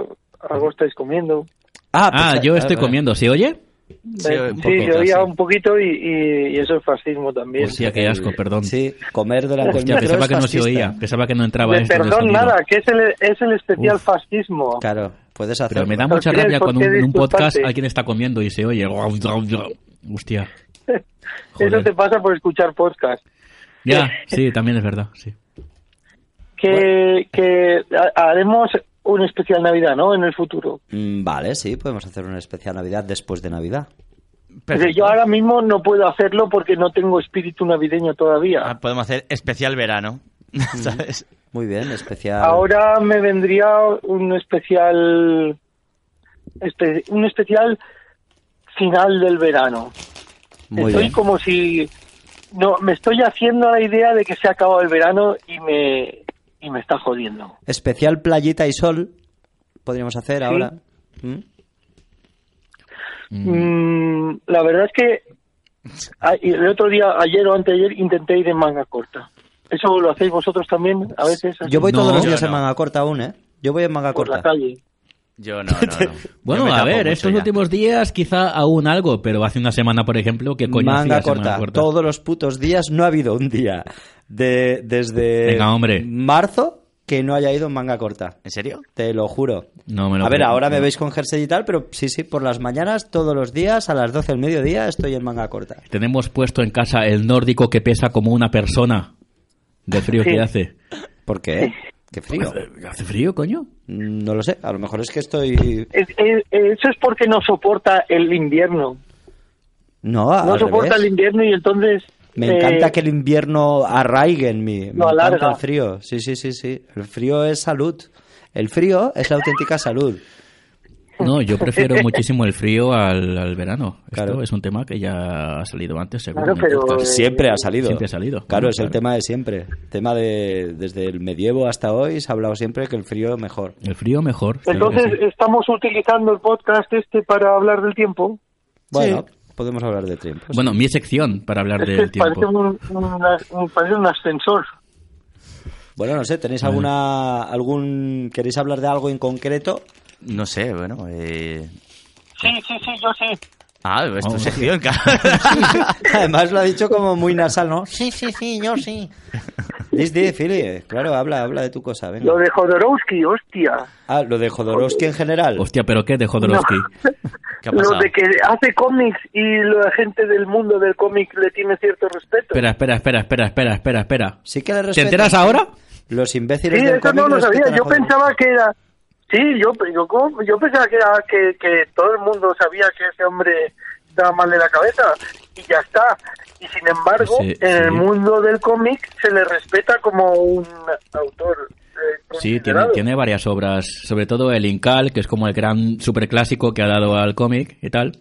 algo estáis comiendo. Ah, pues, yo ah, estoy vale. comiendo, ¿se oye? Eh, Sí, Sí, un se poquito, oía sí. un poquito y, y- y eso es fascismo también. Hostia, qué asco, perdón. Sí, comer delante del Hostia, micro pensaba es que no se fascista. oía, pensaba que no entraba De esto en el Eh, perdón, sonido. nada, que es el, es el especial fascismo. Claro, puedes hacer. Pero me da ¿Por mucha qué- rabia por cuando qué un- en un podcast disculparte? alguien está comiendo y se oye. Hostia. [laughs] Eso Joder. te pasa por escuchar podcast. Ya, sí, también es verdad. Sí. que, que ha- haremos un especial Navidad, ¿no? En el futuro. Mm, Vale, sí, podemos hacer una especial Navidad después de Navidad. Pero Perfecto. yo ahora mismo no puedo hacerlo porque no tengo espíritu navideño Ah, todavía. podemos hacer especial verano, ¿sabes? Muy bien, especial. Ahora me vendría un especial, espe- un especial final del verano. Muy estoy bien. como si no me estoy haciendo la idea de que se ha acabado el verano y me y me está jodiendo. Especial playita y sol podríamos hacer ahora. ¿Mm? Mm, la verdad es que a- el otro día, ayer o anteayer, intenté ir en manga corta. ¿Eso lo hacéis vosotros también a veces? así, Yo voy No, todos los yo días en no. manga corta aún, ¿eh? Yo voy en manga por Pues la corta. calle. Yo no, no, no. Yo Bueno, me a tapo ver, mucho estos ya. últimos días quizá aún algo, pero hace una semana, por ejemplo, que coño manga hacía corta. semana corta? Todos los putos días no ha habido un día de desde Venga, hombre. marzo que no haya ido en manga corta. ¿En serio? Te lo juro. No me lo a ver, creo. ahora me veis con jersey y tal, pero sí, sí, por las mañanas, todos los días, a las 12 del mediodía, estoy en manga corta. Tenemos puesto en casa el nórdico que pesa como una persona de frío Sí. que hace. ¿Por qué? [laughs] Qué frío. ¿Hace frío, coño? No lo sé, a lo mejor es que estoy... Es- es- eso es porque no soporta el invierno. No, Ah, al No soporta revés. el invierno y entonces... Me eh, encanta que el invierno arraigue en mí. Me lo encanta alarga. el frío. Sí, sí, sí, sí. El frío es salud. El frío es la auténtica salud. No, yo [laughs] prefiero muchísimo el frío al, al verano. Esto Claro. es un tema que ya ha salido antes, seguro. Claro, en el pero, podcast. eh, Siempre ha salido. Siempre ha salido. Claro, Claro, es el claro. tema de siempre. Tema de desde el medievo hasta hoy se ha hablado siempre que el frío mejor. El frío mejor. claro que Entonces, sí. ¿estamos utilizando el podcast este para hablar del tiempo? Bueno, podemos hablar de tiempo. Bueno, mi sección para hablar Es que del tiempo. Este parece un, un- un- parece un ascensor. Bueno, no sé, ¿tenéis alguna algún queréis hablar de algo en concreto? [laughs] No sé, bueno. Eh... Sí, sí, sí, yo sé. Ah, es tu Oh. [laughs] sección, cabrón. Además lo ha dicho como muy nasal, ¿no? Sí, sí, sí, yo sí. Dis, di, Fili, claro, habla, habla de tu cosa, venga. Lo de Jodorowsky, hostia. Ah, lo de Jodorowsky en general. Hostia, pero ¿qué de Jodorowsky? ¿Qué ha Lo pasado? de que hace cómics y la gente del mundo del cómic le tiene cierto respeto. Espera, espera, espera, espera, espera, espera, espera. Sí que le ¿Te respetan. enteras ahora? Los sí, imbéciles del eso cómic no lo sabía. respetan a Yo Jodorowsky. pensaba que era. Sí, yo, yo, como- yo pensaba que, era, que, que todo el mundo sabía que ese hombre estaba mal de la cabeza y ya está. Y sin embargo, Sí, en el sí. mundo del cómic se le respeta como un autor. eh, Sí, tiene, considerado. tiene varias obras, sobre todo el Incal, que es como el gran superclásico que ha dado al cómic y tal.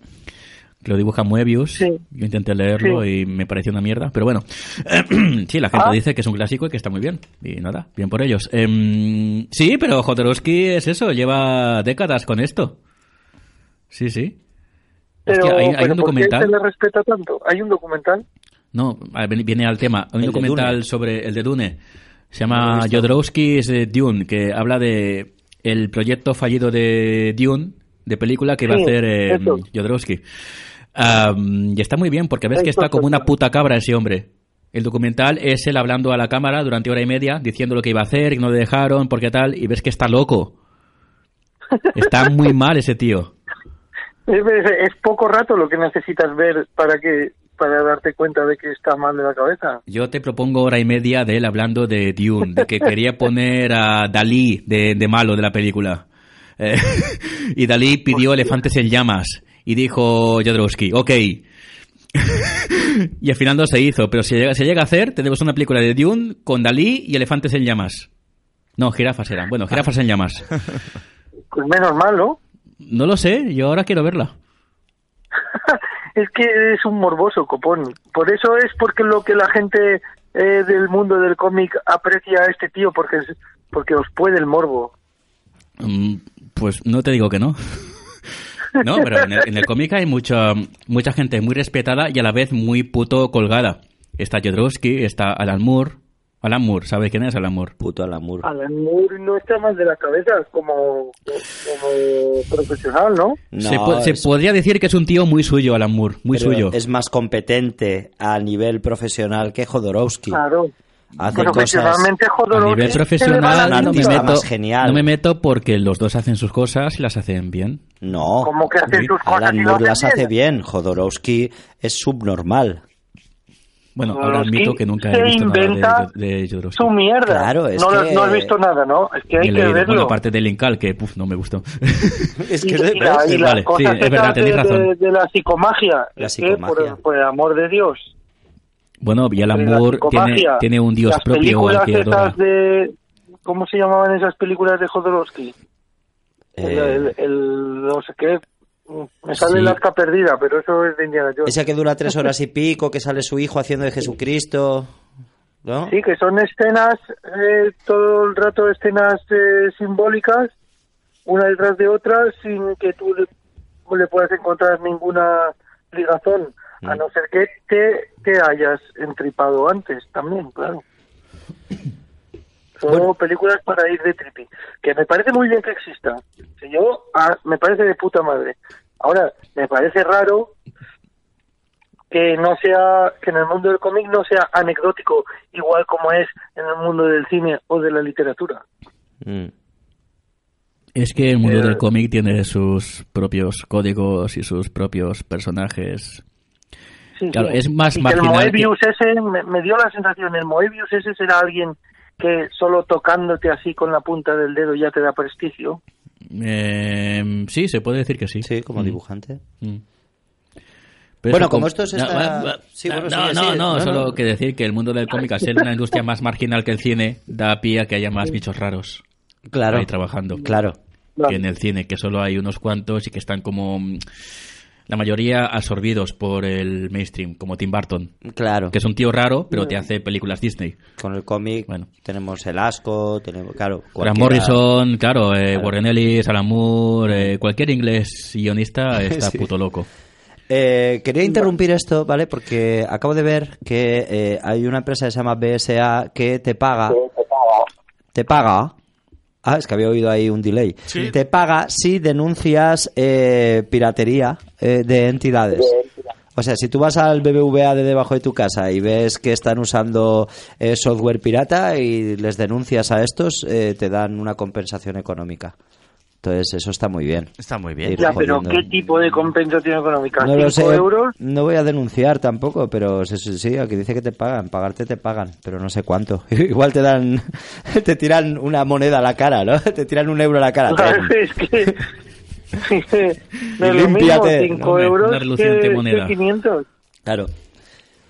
que Lo dibuja Moebius. Sí. Yo intenté leerlo y me pareció una mierda. Pero bueno, [clears throat] sí, la gente Ah. dice que es un clásico y que está muy bien. Y nada, bien por ellos. Em, sí, pero Jodorowsky es eso, lleva décadas con esto. Sí, sí. Pero, Hostia, hay- hay pero un ¿por qué documental. se le respeta tanto? ¿Hay un documental? No, a ver, viene al tema. Hay El un de Dune. documental sobre el de Dune. Se No lo llama he visto. Jodorowsky's eh, Dune, que habla de el proyecto fallido de Dune, de película que iba Sí, a hacer eh, eso. Jodorowsky. Am, y está muy bien, porque ves que está como una puta cabra ese hombre. El documental es él hablando a la cámara durante hora y media, diciendo lo que iba a hacer, que no le dejaron, porque tal, y ves que está [laughs] loco. Está muy mal ese tío. Es, es- es poco rato lo que necesitas ver para que para darte cuenta de que está mal de la cabeza. Yo te propongo hora y media de él hablando de Dune, de que quería poner a [laughs] Dalí de, de malo de la película. Eh, y Dalí pidió elefantes en llamas. Y dijo Jodorowsky, ok. [laughs] y al final no se hizo, pero si llega, si llega a hacer, tenemos una película de Dune con Dalí y elefantes en llamas. No, jirafas eran. Bueno, jirafas en llamas. Pues menos mal, ¿no? No lo sé, yo ahora quiero verla. Es que es un morboso copón. Por eso es porque lo que la gente eh, del mundo del cómic aprecia a este tío, porque, es- porque os puede el morbo. Mm, Pues no te digo que no. [laughs] No, pero en el, en el cómic hay mucha, mucha gente muy respetada y a la vez muy puto colgada. Está Jodorowsky, está Alan Moore. Alan Moore, ¿sabes quién es Alan Moore? Puto Alan Moore. Alan Moore no está más de la cabeza como, como profesional, ¿no? No, se po- se es- podría decir que es un tío muy suyo, Alan Moore, muy pero suyo. Es más competente a nivel profesional que Jodorowsky. Claro. Hace cosas. Profesionalmente, A joder, nivel se le va la un profesional, no me, pinza. artista meto, más genial. no me meto porque los dos hacen sus cosas y las hacen bien. No. Como que hace sus cosas Alan y lo Moore hace las hace bien. bien. Jodorowsky es subnormal. Bueno, Jodorowsky ahora admito que nunca he se visto nada inventa de- de, de Jodorowsky. Su mierda. Claro, es no, lo- que- no has visto nada, ¿no? Es Ni que hay he que leído. Bueno, verlo. aparte de Linkal, que puf, no me gustó. [laughs] [laughs] Es Y- que es y la- y de la- las vale, sí, cosas es esas verdad, tenéis de- razón. De, de la psicomagia. La Es que, por- psicomagia. por, el amor de Dios. bueno, y Alan de la Moore tiene, psicomagia. tiene un dios Las propio al películas que adora. esas de... ¿Cómo se llamaban esas películas de Jodorowsky? El, el, el- no sé qué. Me sale Eh, Sí. el arca perdida, pero eso es de Indiana Jones. Esa que dura tres horas [laughs] y pico, que sale su hijo haciendo de Jesucristo. ¿No? Sí, que son escenas, eh, todo el rato escenas eh, simbólicas, una detrás de otra, sin que tú le, le puedas encontrar ninguna ligazón, a no ser que te, te hayas entripado antes también, claro. Son películas para ir de tripi, que me parece muy bien que exista. Si yo ah, me parece de puta madre. Ahora, me parece raro que no sea que en el mundo del cómic no sea anecdótico igual como es en el mundo del cine o de la literatura Mm. Es que el mundo Eh, del cómic tiene sus propios códigos y sus propios personajes. Sí, Claro, sí. es más Y que el marginal que- Moebius ese me, me dio la sensación el Moebius ese será alguien que solo tocándote así con la punta del dedo ya te da prestigio Eh, sí, se puede decir que sí. Sí, como Mm, dibujante. mm. Bueno, eso como esto se está- No, va- Sí, no, bueno, no, sigue, no, sigue. no, No, solo no. que decir que el mundo del cómic, al ser una industria más marginal que el cine, da pie a que haya más bichos raros Claro. ahí trabajando. Claro. Claro. que en el cine, que solo hay unos cuantos y que están como mm, la mayoría absorbidos por el mainstream, como Tim Burton, Claro. que es un tío raro, pero te hace películas Disney. Con el cómic Bueno. tenemos el asco, tenemos. Claro. Grant cualquiera- Morrison, claro, eh, Warren Ellis, Alan Moore, eh, cualquier inglés [laughs] guionista está Sí. puto loco. Eh, quería interrumpir esto, ¿vale? Porque acabo de ver que eh, hay una empresa que se llama BSA que te paga. Te paga. Ah, es que había oído ahí un delay. Te paga si denuncias eh, piratería eh, de entidades. O sea, si tú vas al BBVA de debajo de tu casa y ves que están usando eh, software pirata y les denuncias a estos, eh, te dan una compensación económica. Entonces, eso está muy bien. Está muy bien. Ir ya pero jodiendo. qué tipo de compensación económica No lo sé. cinco euros No voy a denunciar tampoco, pero sí, sí, sí, aquí dice que te pagan. Pagarte te pagan, pero no sé cuánto. [laughs] Igual te dan. Te tiran una moneda a la cara, ¿no? [laughs] Te tiran un euro a la cara. ¿sabes? Ten. [laughs] es que no es lo mismo Límpiate. 5 Hombre, una euros reluciente que, que moneda. 500 Claro.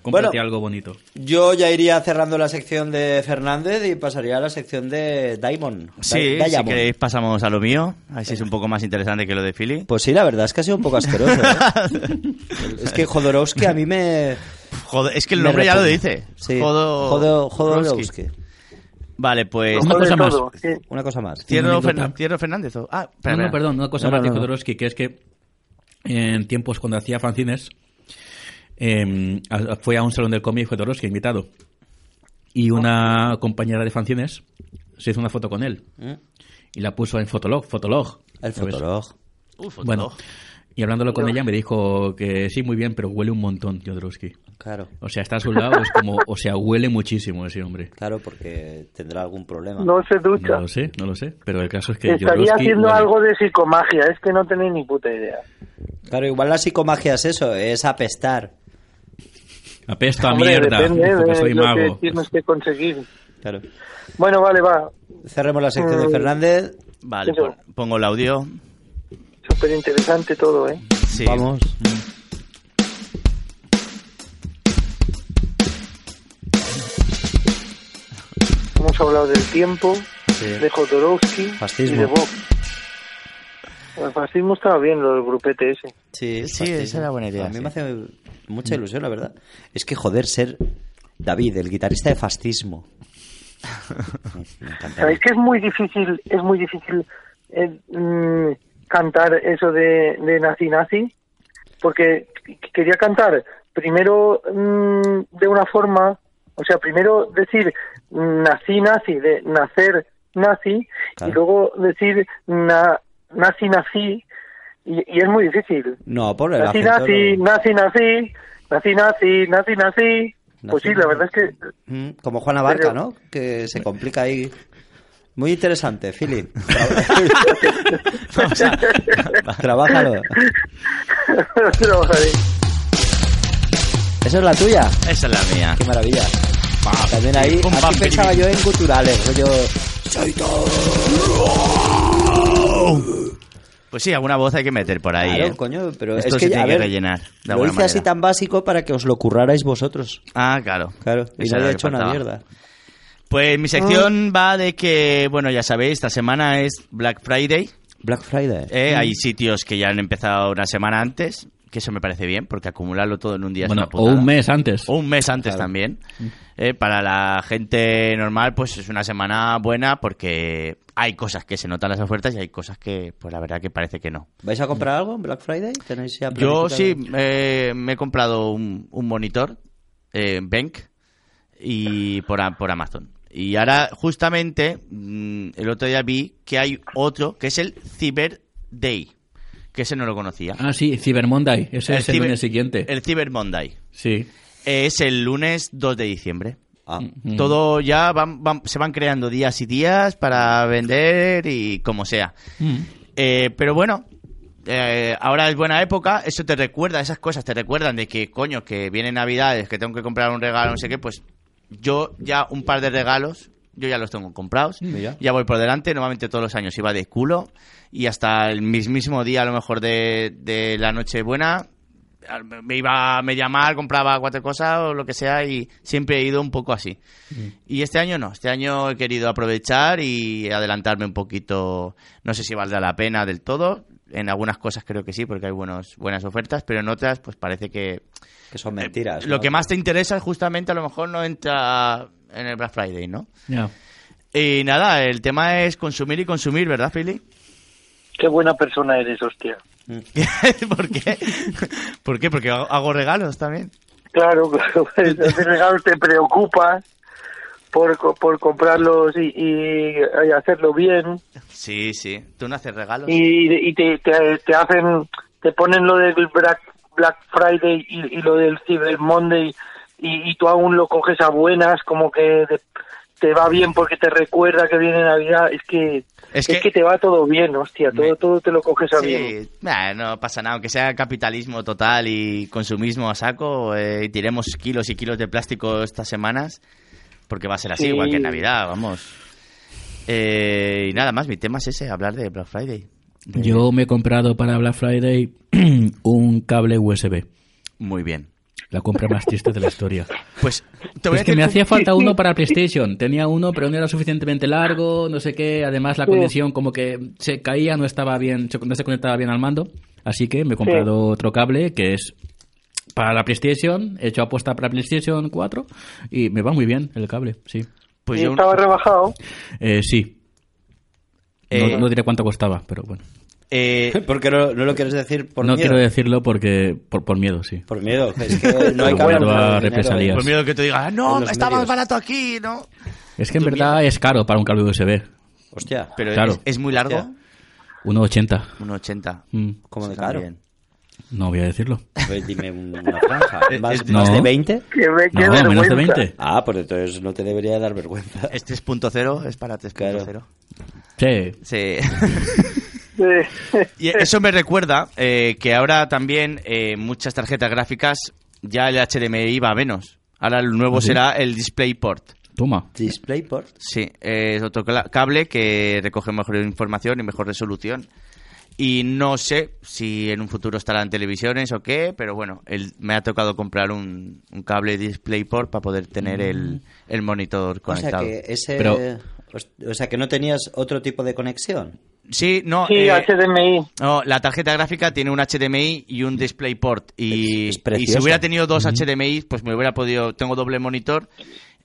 Cómprate Bueno. algo bonito. Yo ya iría cerrando la sección de Fernández y pasaría a la sección de Diamond. Sí, Di- si Diamond. queréis pasamos a lo mío. A ver si es un poco más interesante que lo de Philly. Pues sí, la verdad es que ha sido un poco asqueroso. ¿eh? [laughs] es que Jodorowsky a mí me. Joder, es que el me nombre ya lo repugna. dice. Sí. Jodo- Jodo- Jodorowsky. Jodorowsky. Vale, pues... Una Joder, cosa más. todo, sí. Una cosa más. Cierro, anécdota. Fernan- Cierro Fernández. o- Ah, espera, No, no, espera. perdón, una cosa No, más no, de no. Jodorowsky, que es que en tiempos cuando hacía fanzines, eh, a- fue a un salón del cómic Jodorowsky invitado. Y una compañera de fanzines se hizo una foto con él. Y la puso en Fotolog. Fotolog. Mm. El ¿sabes? fotolog. Uf, otro. Bueno, y hablándolo con ella me dijo que sí, muy bien, pero huele un montón Jodorowsky. Claro. O sea, está a su lado, es como, o sea, huele muchísimo ese hombre. Claro, porque tendrá algún problema. no se ducha No lo sé, no lo sé, pero el caso es que estaría Jodorowsky haciendo huele. algo de psicomagia es que no tenéis ni puta idea Claro, igual la psicomagia es eso, es apestar. apesta a Hombre, mierda, depende porque de soy lo mago. que tienes que conseguir. Claro. Bueno, vale, va. Cerremos la sección Mm. de Fernández. Vale, Eso. pon- pongo el audio. Súper interesante todo, ¿eh? Sí. Vamos. Hemos hablado del tiempo, Sí. de Jodorowsky Fascismo. y de Bob. El fascismo estaba bien, lo del grupete ese. Sí, Sí, fascismo. esa era buena idea, A mí sí. Mm. me hace mucha ilusión, la verdad. Es que joder, ser David, el guitarrista de fascismo. Me encantaría. Sabéis que es muy difícil, es muy difícil eh, mm, cantar eso de, de nazi nazi, porque qu- quería cantar primero mm, de una forma, o sea, primero decir nazi nazi de nacer nazi Claro. y luego decir na- nazi nazi y, y es muy difícil. No, por el Nazi acento nazi, lo- nazi nazi, nazi nazi, nazi nazi. Pues Nazi, sí, la nazi. verdad es que [laughs] Mm, Como Juana Barca, Pero- ¿no? Que se complica ahí. Muy interesante, [laughs] Philip. [laughs] Vamos a- Trabájalo. trabajaré. Esa es la tuya. Esa es la mía. Qué maravilla. También ahí, pum, pam, así pensaba yo en culturales, rollo. Soy todo. Pues sí, alguna voz hay que meter por ahí. Claro, ¿eh? coño, pero es Esto que se ya- tiene a que ver, rellenar. de Lo hice alguna así manera. tan básico para que os lo currarais vosotros. Ah, claro. Claro, y nadie Esa era ha la hecho que una faltaba. mierda. Pues mi sección va de que, bueno, ya sabéis, esta semana es Black Friday. Black Friday. ¿eh? Hay sitios que ya han empezado una semana antes, que eso me parece bien, porque acumularlo todo en un día Bueno, es una o putada. un mes antes. O un mes antes Claro. Mm. también. Eh, para la gente normal, pues es una semana buena porque hay cosas que se notan las ofertas y hay cosas que, pues la verdad que parece que no. ¿Vais a comprar algo en Black Friday? ¿Tenéis ya Yo planificado? sí, eh, me he comprado un, un monitor, eh, Benk, y por, a- por Amazon. Y ahora, justamente, mm, el otro día vi que hay otro, que es el Cyber Day, que ese no lo conocía. Ah, sí, Cyber Monday. Ese es el Cyber- lunes siguiente. El Cyber Monday. Sí. Eh, es el lunes 2 de diciembre. Ah, Mm. Todo ya van- van- se van creando días y días para vender y como sea. Mm. Eh, pero bueno, eh, ahora es buena época, eso te recuerda, esas cosas te recuerdan de que, coño, que viene Navidades, que tengo que comprar un regalo, no sé qué, pues yo ya un par de regalos, yo ya los tengo comprados, Mira. ya voy por delante, normalmente todos los años iba de culo y hasta el mismísimo día a lo mejor de, de la Nochebuena al- me iba a media mar, compraba cuatro cosas o lo que sea y siempre he ido un poco así. Y este año no, este año he querido aprovechar y adelantarme un poquito, no sé si valdrá la pena del todo, en algunas cosas creo que sí, porque hay buenos, buenas ofertas, pero en otras pues parece que... que son mentiras. eh, Lo ¿no? que más te interesa justamente a lo mejor no entra en el Black Friday, ¿no? Ya. Y nada, el tema es consumir y consumir, ¿verdad, Philly? Qué buena persona eres, hostia. [laughs] ¿Por qué? ¿Por qué? Porque hago- hago regalos también. Claro, [laughs] claro. pues, Ese regalo te preocupa por, co- por comprarlos y, y- y hacerlo bien. Sí, sí. ¿Tú no haces regalos? Y, y te, te, te hacen, te ponen lo del Black, Black Friday y, y lo del Cyber Monday y, y tú aún lo coges a buenas, como que te, te va bien porque te recuerda que viene Navidad. Es que, es Es que- que, te va todo bien, hostia. Todo, Me- todo te lo coges a bien. Sí, nah, no pasa nada, aunque sea capitalismo total y consumismo a saco, eh, tiremos kilos y kilos de plástico estas semanas, porque va a ser así, Sí. igual que en Navidad, vamos. Eh, y nada más, mi tema es ese, hablar de Black Friday. De- Yo me he comprado para Black Friday [clears throat] un cable USB. Muy bien. La compra más triste de la [laughs] historia. Pues te voy Es a que decir me cómo- hacía falta uno [laughs] para PlayStation. Tenía uno, pero no era suficientemente largo, no sé qué. Además, la Sí. conexión como que se caía, no estaba bien, se- no se conectaba bien al mando. Así que me he comprado otro cable que es para la PlayStation, hecho apuesta para PlayStation 4 y me va muy bien el cable, sí. pues y yo- estaba rebajado. Eh, sí. Eh. No, no diré cuánto costaba, pero bueno. eh, [laughs] [laughs] ¿Por qué no, no lo quieres decir por no miedo? quiero decirlo porque por, por miedo, sí. Por miedo. Es [laughs] que no hay Por que hablar miedo a de dinero, represalias. por ¿eh? miedo que te diga, "Ah, En no, los está más medios. barato aquí, ¿no? Es que en Tu verdad es caro para un cable USB. ¿eh? Hostia, Pero Claro. es, es muy largo, 1,80. un 80. Mm, ¿cómo de Está caro? bien. no voy a decirlo. Pues dime [laughs] una franja. ¿Más, es- más no. de 20? Que me, qué No, menos de vergüenza. 20. Ah, pues entonces no te debería dar vergüenza. Es 3.0, es para 3.0. Sí. Sí. [laughs] Sí. [laughs] Y eso me recuerda eh, que ahora también eh, muchas tarjetas gráficas ya el HDMI va a menos. Ahora el nuevo ¿Ah, sí? será el DisplayPort. Toma. DisplayPort. Sí, eh, es otro cla- cable que recoge mejor información y mejor resolución. Y no sé si en un futuro estará en televisiones o qué, pero bueno, el- me ha tocado comprar un, un cable DisplayPort para poder tener el, el monitor Mm. O sea, conectado. que ese, Pero- o sea, que no tenías otro tipo de conexión. Sí, no, Sí, eh, HDMI. no, la tarjeta gráfica tiene un HDMI y un DisplayPort. Y, Es- es preciosa. y si hubiera tenido dos HDMI, pues me hubiera podido. Tengo doble monitor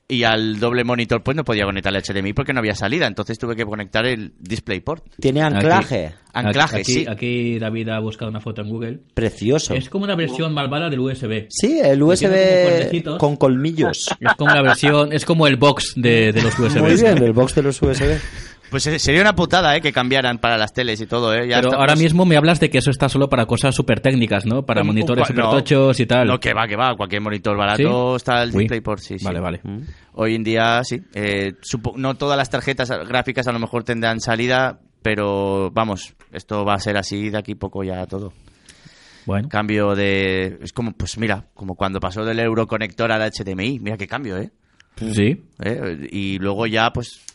y al doble monitor, pues no podía conectar el HDMI porque no había salida. Entonces tuve que conectar el DisplayPort. Tiene anclaje. Anclaje, aquí, sí. Aquí David ha buscado una foto en Google. Precioso. Es como una versión malvada del USB. Sí, el Tiene como USB cuernecitos. con [laughs] colmillos. Es como la versión, es como el box de, de los USB. Muy bien, el box de los USB. Pues eh, sería una putada, ¿eh? Que cambiaran para las teles y todo, ¿eh? Ya Pero estamos- ahora mismo me hablas de que eso está solo para cosas súper técnicas, ¿no? Para Un- un monitores cua- súper no. tochos y tal. No, que va, que va. Cualquier monitor barato ¿Sí? está el Uy. DisplayPort, sí, Mm. sí. Vale, vale. Hoy en día, sí. Eh, supo- no todas las tarjetas gráficas a lo mejor tendrán salida, pero vamos, esto va a ser así de aquí poco ya todo. Bueno. Cambio de... Es como, pues mira, como cuando pasó del Euroconector al HDMI. Mira qué cambio, ¿eh? Sí. ¿Eh? Y luego ya, pues...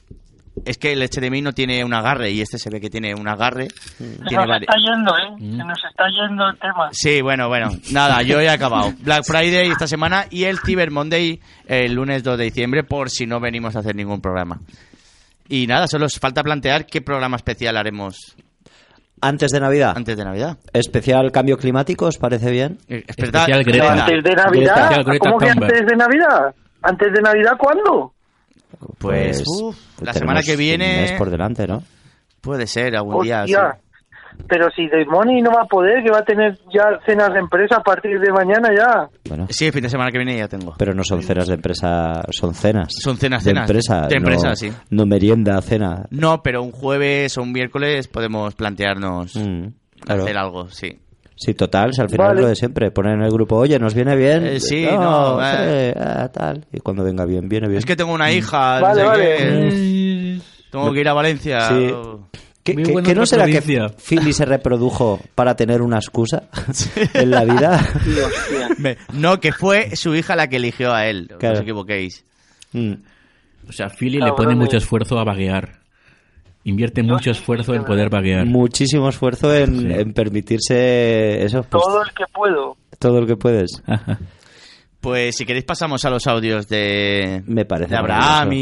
Es que el HDMI no tiene un agarre y este se ve que tiene un agarre. Tiene Se nos vari- está yendo, ¿eh? Mm. Se nos está yendo el tema. Sí, bueno, bueno. Nada, yo he acabado. Black Friday esta semana y el Cyber Monday eh, el lunes 2 de diciembre por si no venimos a hacer ningún programa. Y nada, solo os falta plantear qué programa especial haremos Antes de Navidad. antes de Navidad. Especial cambio climático, ¿os parece bien? Eh, Especial Pero Greta. Greta. antes de Greta, Navidad, Greta, Greta ¿cómo que Thunberg. antes de Navidad? ¿Antes de Navidad cuándo? Pues, uf, la semana tenemos que Un mes viene por delante, ¿no? puede ser algún día. sí. Hostia. Pero si Demoni no va a poder, que va a tener ya cenas de empresa a partir de mañana ya. Bueno, Sí, el fin de semana que viene ya tengo. pero no son cenas de empresa, son cenas. Son cenas, de cenas. empresa. De no- empresa, sí. No merienda, cena. No, pero un jueves o un miércoles podemos plantearnos Mm, claro. hacer algo, sí. Sí, total, si al final Vale. lo de siempre. Poner en el grupo, oye, ¿nos viene bien? Eh, sí, no, sí, eh. ah, tal. Y cuando venga bien, viene bien. Mm. Es que tengo una hija, no Vale, sé vale. qué. tengo que ir a Valencia. Sí. ¿Qué, Muy qué- buena qué no otra será que provincia. Philly se reprodujo para tener una [laughs] excusa [laughs] en la vida? Me- no, que fue su hija la que eligió a él. No Claro. os equivoquéis. Mm. O sea, Philly le Cabrones. eh. pone mucho esfuerzo a vaguear. Invierte mucho esfuerzo en poder vaguear. Muchísimo esfuerzo en, Sí. en permitirse eso. pues, Todo el que puedo. todo el que puedes. Pues si queréis pasamos a los audios de, Me parece de Abraham maravilloso.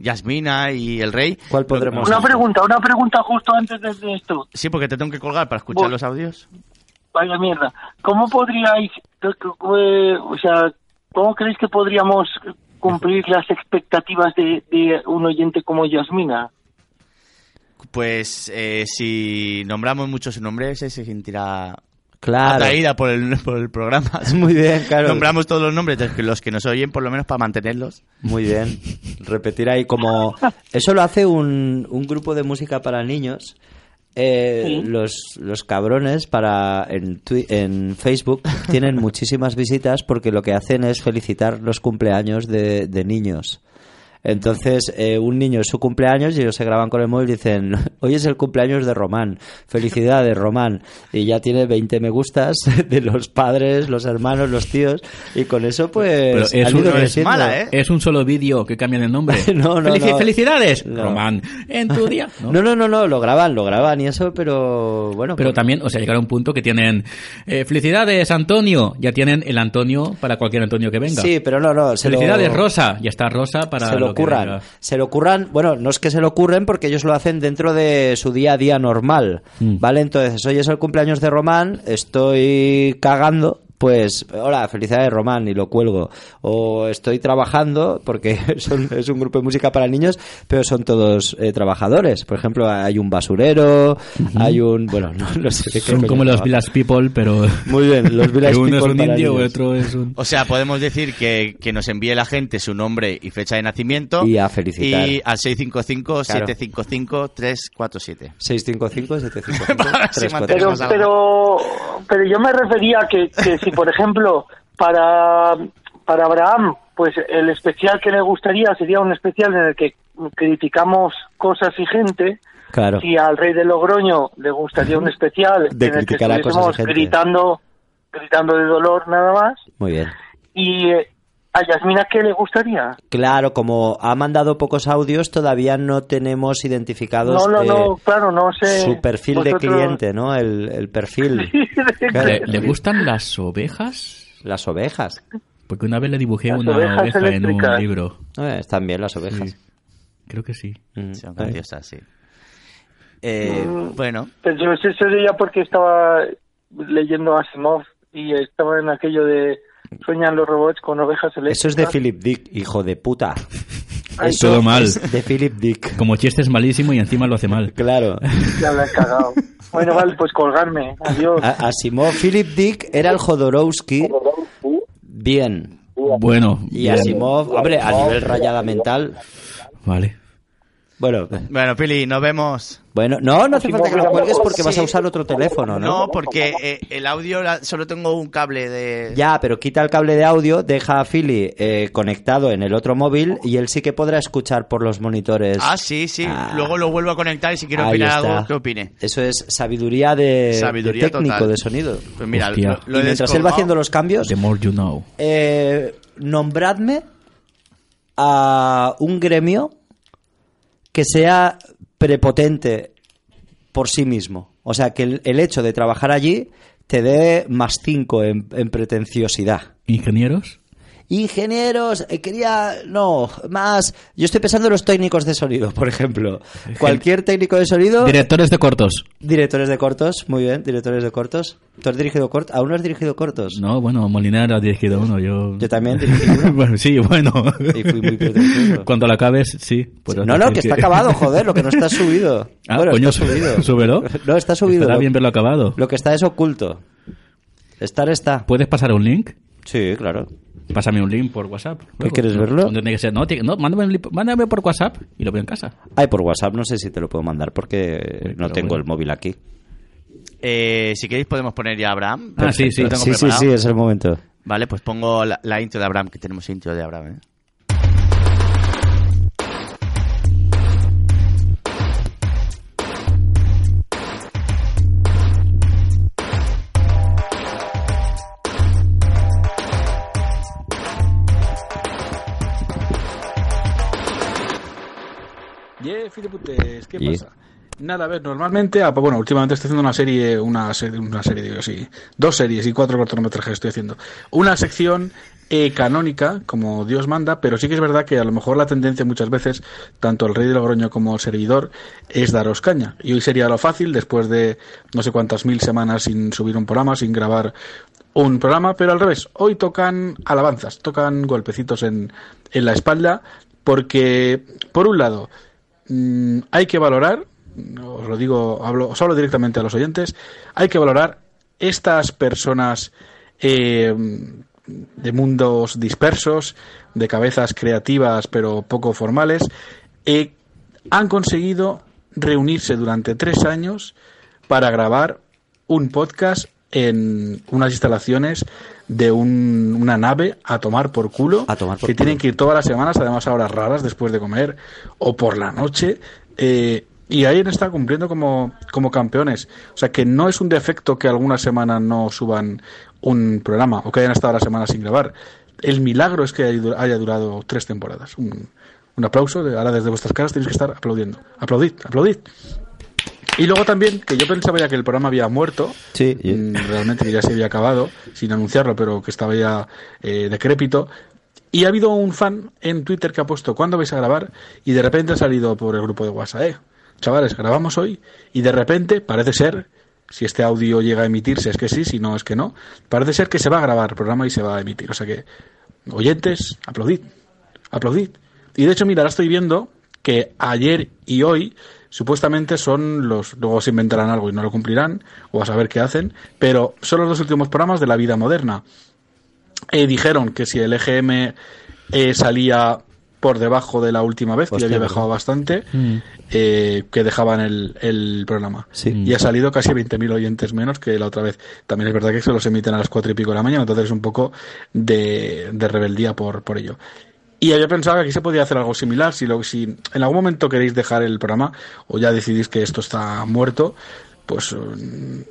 y Yasmina y el rey. ¿Cuál podremos? Una pregunta, una pregunta justo antes de de esto. Sí, porque te tengo que colgar para escuchar Voy. los audios. Vaya mierda. ¿Cómo podríais, eh, o sea, cómo creéis que podríamos cumplir las expectativas de, de un oyente como Yasmina? Pues eh, si nombramos mucho su nombre, ese se sentirá Claro. atraída por el, por el programa. [laughs] Muy bien, claro. Nombramos todos los nombres de los que nos oyen, por lo menos para mantenerlos. Muy bien. Repetir ahí como... Eso lo hace un, un grupo de música para niños. Eh, los, los cabrones para en, Twi- en Facebook tienen muchísimas visitas porque lo que hacen es felicitar los cumpleaños de, de niños. Entonces, eh, un niño es su cumpleaños y ellos se graban con el móvil y dicen, [laughs] hoy es el cumpleaños de Román, felicidades Román. Y ya tiene 20 me gustas [laughs] de los padres, los hermanos, los tíos. Y con eso pues... [laughs] Pero es han un- ido no es creciendo. mala, ¿eh? Es un solo vídeo que cambian el nombre. [laughs] No, no, Felici- no. ¡Felicidades! No. Román, en [laughs] tu día. ¿no? No, no, no, no, lo graban, lo graban y eso, pero bueno. Pero pues, también, o sea, llegar a un punto que tienen eh, ¡Felicidades, Antonio! Ya tienen el Antonio para cualquier Antonio que venga. Sí, pero no, no. Se ¡Felicidades, lo, Rosa! Ya está Rosa para Se lo, que curran. venga. Se lo ocurran, bueno, no es que se lo ocurren porque ellos lo hacen dentro de su día a día normal. Mm. ¿Vale? Entonces, hoy es el cumpleaños de Román, estoy cagando. Pues, hola, felicidades Román, y lo cuelgo. O estoy trabajando, porque [laughs] son- es un grupo de música para niños, pero son todos eh, trabajadores. Por ejemplo, hay un basurero, hay un. Bueno, [laughs] no, no sé qué Son coño como los trabaja. Village People, pero... Muy bien, [laughs] los Village que uno es People un para indio, niños. otro es un... O sea, podemos decir que, que nos envíe la gente su nombre y fecha de nacimiento. Y a felicitar. Y al 655-755-347. [laughs] 655 Para ver si 755 Pero, Tenemos algo. pero, pero yo me refería que, que si, por ejemplo, para, para Abraham, pues el especial que le gustaría sería un especial en el que criticamos cosas y gente. Claro. Si al rey de Logroño le [laughs] gustaría un especial De en el que criticar a cosas y estuviésemos gente. gritando, gritando de dolor nada más. Muy bien. Y eh, ¿A Yasmina qué le gustaría? Claro, como ha mandado pocos audios, todavía no tenemos identificados No, no, eh, no, claro, no sé. su perfil de Vosotros- [laughs] cliente, ¿no? El, el perfil. Claro. ¿Le, le gustan las ovejas? Las ovejas. Porque una vez le dibujé Las una ovejas oveja en un eléctricas. libro. Eh, están bien las ovejas. Sí, creo que sí. Mm, Son vale. graciosas, sí. Eh, bueno, Pues yo eso sería porque estaba leyendo Asimov y estaba en aquello de sueñan los robots con ovejas Ah, eléctricas. Eso es de Philip Dick, hijo de puta. Ay, Eso todo mal. es de Philip Dick. Como chiste es malísimo y encima lo hace mal. Claro. Ya la [laughs] he cagado. Bueno, vale, pues colgarme. Adiós. A- Asimov, Philip Dick era el Jodorowsky bien. Bueno. Y bien. Asimov, hombre, a nivel rayada mental. Vale. Bueno, bueno, Pili, nos vemos. bueno, no, no hace falta que lo cuelgues porque vas a Sí. usar otro teléfono, ¿no? No, porque eh, el audio la- solo tengo un cable de... Ya, pero quita el cable de audio, deja a Philly eh, conectado en el otro móvil y él sí que podrá escuchar por los monitores. Ah, sí, sí. Ah. Luego lo vuelvo a conectar y si quiero Ahí opinar está. algo, que opine. Eso es sabiduría de, Sabiduría de técnico total. de sonido. Pues mira, Hostia. lo, lo he y mientras él va descolgado. haciendo los cambios, The more you know. eh, nombradme a un gremio que sea prepotente por sí mismo. O sea, que el, el hecho de trabajar allí te dé más cinco en, en pretenciosidad. ¿Ingenieros? Ingenieros, eh, quería, no, más. Yo estoy pensando en los técnicos de sonido, por ejemplo. Cualquier técnico de sonido. Directores de cortos. Directores de cortos, muy bien, directores de cortos. ¿Tú has dirigido cortos? ¿Aún no has dirigido cortos? No, bueno, Molinar ha dirigido uno. Yo, Yo también dirigí uno. [laughs] bueno, sí, bueno. Y fui muy pretencioso. [laughs] Cuando lo acabes, sí. pues Sí, podrás No, no, decir que está acabado, joder, lo que no [laughs] está subido. Ah, Bueno, coño, está subido. [laughs] súbelo. No, está subido. Estará lo, bien verlo acabado. lo que está es oculto. Estar está. ¿Puedes pasar un link? Sí, claro. Pásame un link por WhatsApp. Luego. quieres verlo? No tiene que ser. No, tiene- no, mándame, un link- mándame por WhatsApp y lo veo en casa. Ay, por WhatsApp no sé si te lo puedo mandar porque Pero no tengo bueno. el móvil aquí. Eh, si queréis podemos poner ya a Abraham. Ah, sí, sí. Lo tengo Sí, sí, preparado. sí, es el momento. Vale, pues pongo la, la intro de Abraham, que tenemos intro de Abraham. ¿eh? Yeah, Filiputes, ¿qué Yeah. pasa? Nada, a ver, normalmente, ah, pues bueno, últimamente estoy haciendo una serie, una serie, una serie, digo así, dos series y cuatro cortometrajes estoy haciendo. Una sección eh, canónica, como Dios manda, pero sí que es verdad que a lo mejor la tendencia muchas veces, tanto el rey de Logroño como el servidor, es daros caña. Y hoy sería lo fácil, después de no sé cuántas mil semanas sin subir un programa, sin grabar un programa, pero al revés. Hoy tocan alabanzas, tocan golpecitos en, en la espalda, porque, por un lado, mm, hay que valorar, os lo digo, hablo, os hablo directamente a los oyentes, hay que valorar estas personas eh, de mundos dispersos, de cabezas creativas pero poco formales, eh, han conseguido reunirse durante tres años para grabar un podcast en unas instalaciones de un- una nave a tomar por culo A tomar por que culo. tienen que ir todas las semanas, además a horas raras después de comer o por la noche. eh, y ahí están cumpliendo como, como campeones. O sea que no es un defecto que alguna semana no suban un programa o que hayan estado la semana sin grabar. El milagro es que haya du- haya durado tres temporadas. Un, un aplauso. de- Ahora desde vuestras caras tenéis que estar aplaudiendo. Aplaudid, aplaudid. Y luego también, que yo pensaba ya que el programa había muerto, Sí, yo- Mm, realmente que ya se había acabado, sin anunciarlo, pero que estaba ya eh, decrépito. Y ha habido un fan en Twitter que ha puesto, ¿cuándo vais a grabar? Y de repente ha salido por el grupo de WhatsApp, "Eh, chavales, grabamos hoy. Y de repente, parece ser, si este audio llega a emitirse, es que sí, si no, es que no, parece ser que se va a grabar el programa y se va a emitir. O sea que, oyentes, aplaudid, aplaudid. Y de hecho, mira, ahora estoy viendo que ayer y hoy supuestamente son los luego se inventarán algo y no lo cumplirán o a saber qué hacen, pero son los dos últimos programas de la vida moderna. Eh, dijeron que si el EGM eh, salía por debajo de la última vez, que ya Hostia, había bajado bastante, eh, que dejaban el, el programa. Sí. Y ha salido casi 20.000 oyentes menos que la otra vez. También es verdad que se los emiten a las cuatro y pico de la mañana, entonces es un poco de, de rebeldía por, por ello. Y había pensado que aquí se podía hacer algo similar. Si, lo, si en algún momento queréis dejar el programa o ya decidís que esto está muerto, pues, mm,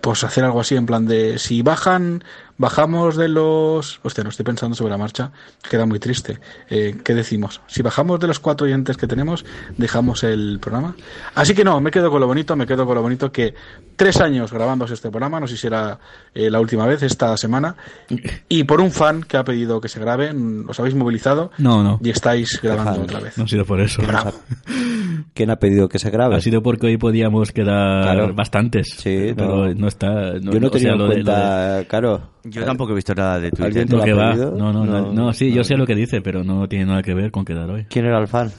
pues hacer algo así en plan de si bajan bajamos de los... Hostia, no estoy pensando sobre la marcha, queda muy triste. Eh, ¿Qué decimos? Si bajamos de los cuatro oyentes que tenemos, dejamos el programa. Así que no, me quedo con lo bonito, me quedo con lo bonito que tres años grabándose este programa, no sé si era eh, la última vez esta semana, y por un fan que ha pedido que se grabe, mm, os habéis movilizado No, no. y estáis grabando Dejadlo. otra vez. No ha sido por eso. Bravo. ¿Quién ha pedido que se grabe? Ha sido porque hoy podíamos quedar Claro. bastantes. eh, Sí, pero no. no, está. Yo no o sea, tenía lo en de- lo de- cuenta, claro. Yo tampoco he visto nada de Twitter. ¿Alguien te lo lo ha que va. pedido? No, no, no, no, sí, yo sé lo que dice, pero no tiene nada que ver con quedar hoy. ¿Quién era el fan?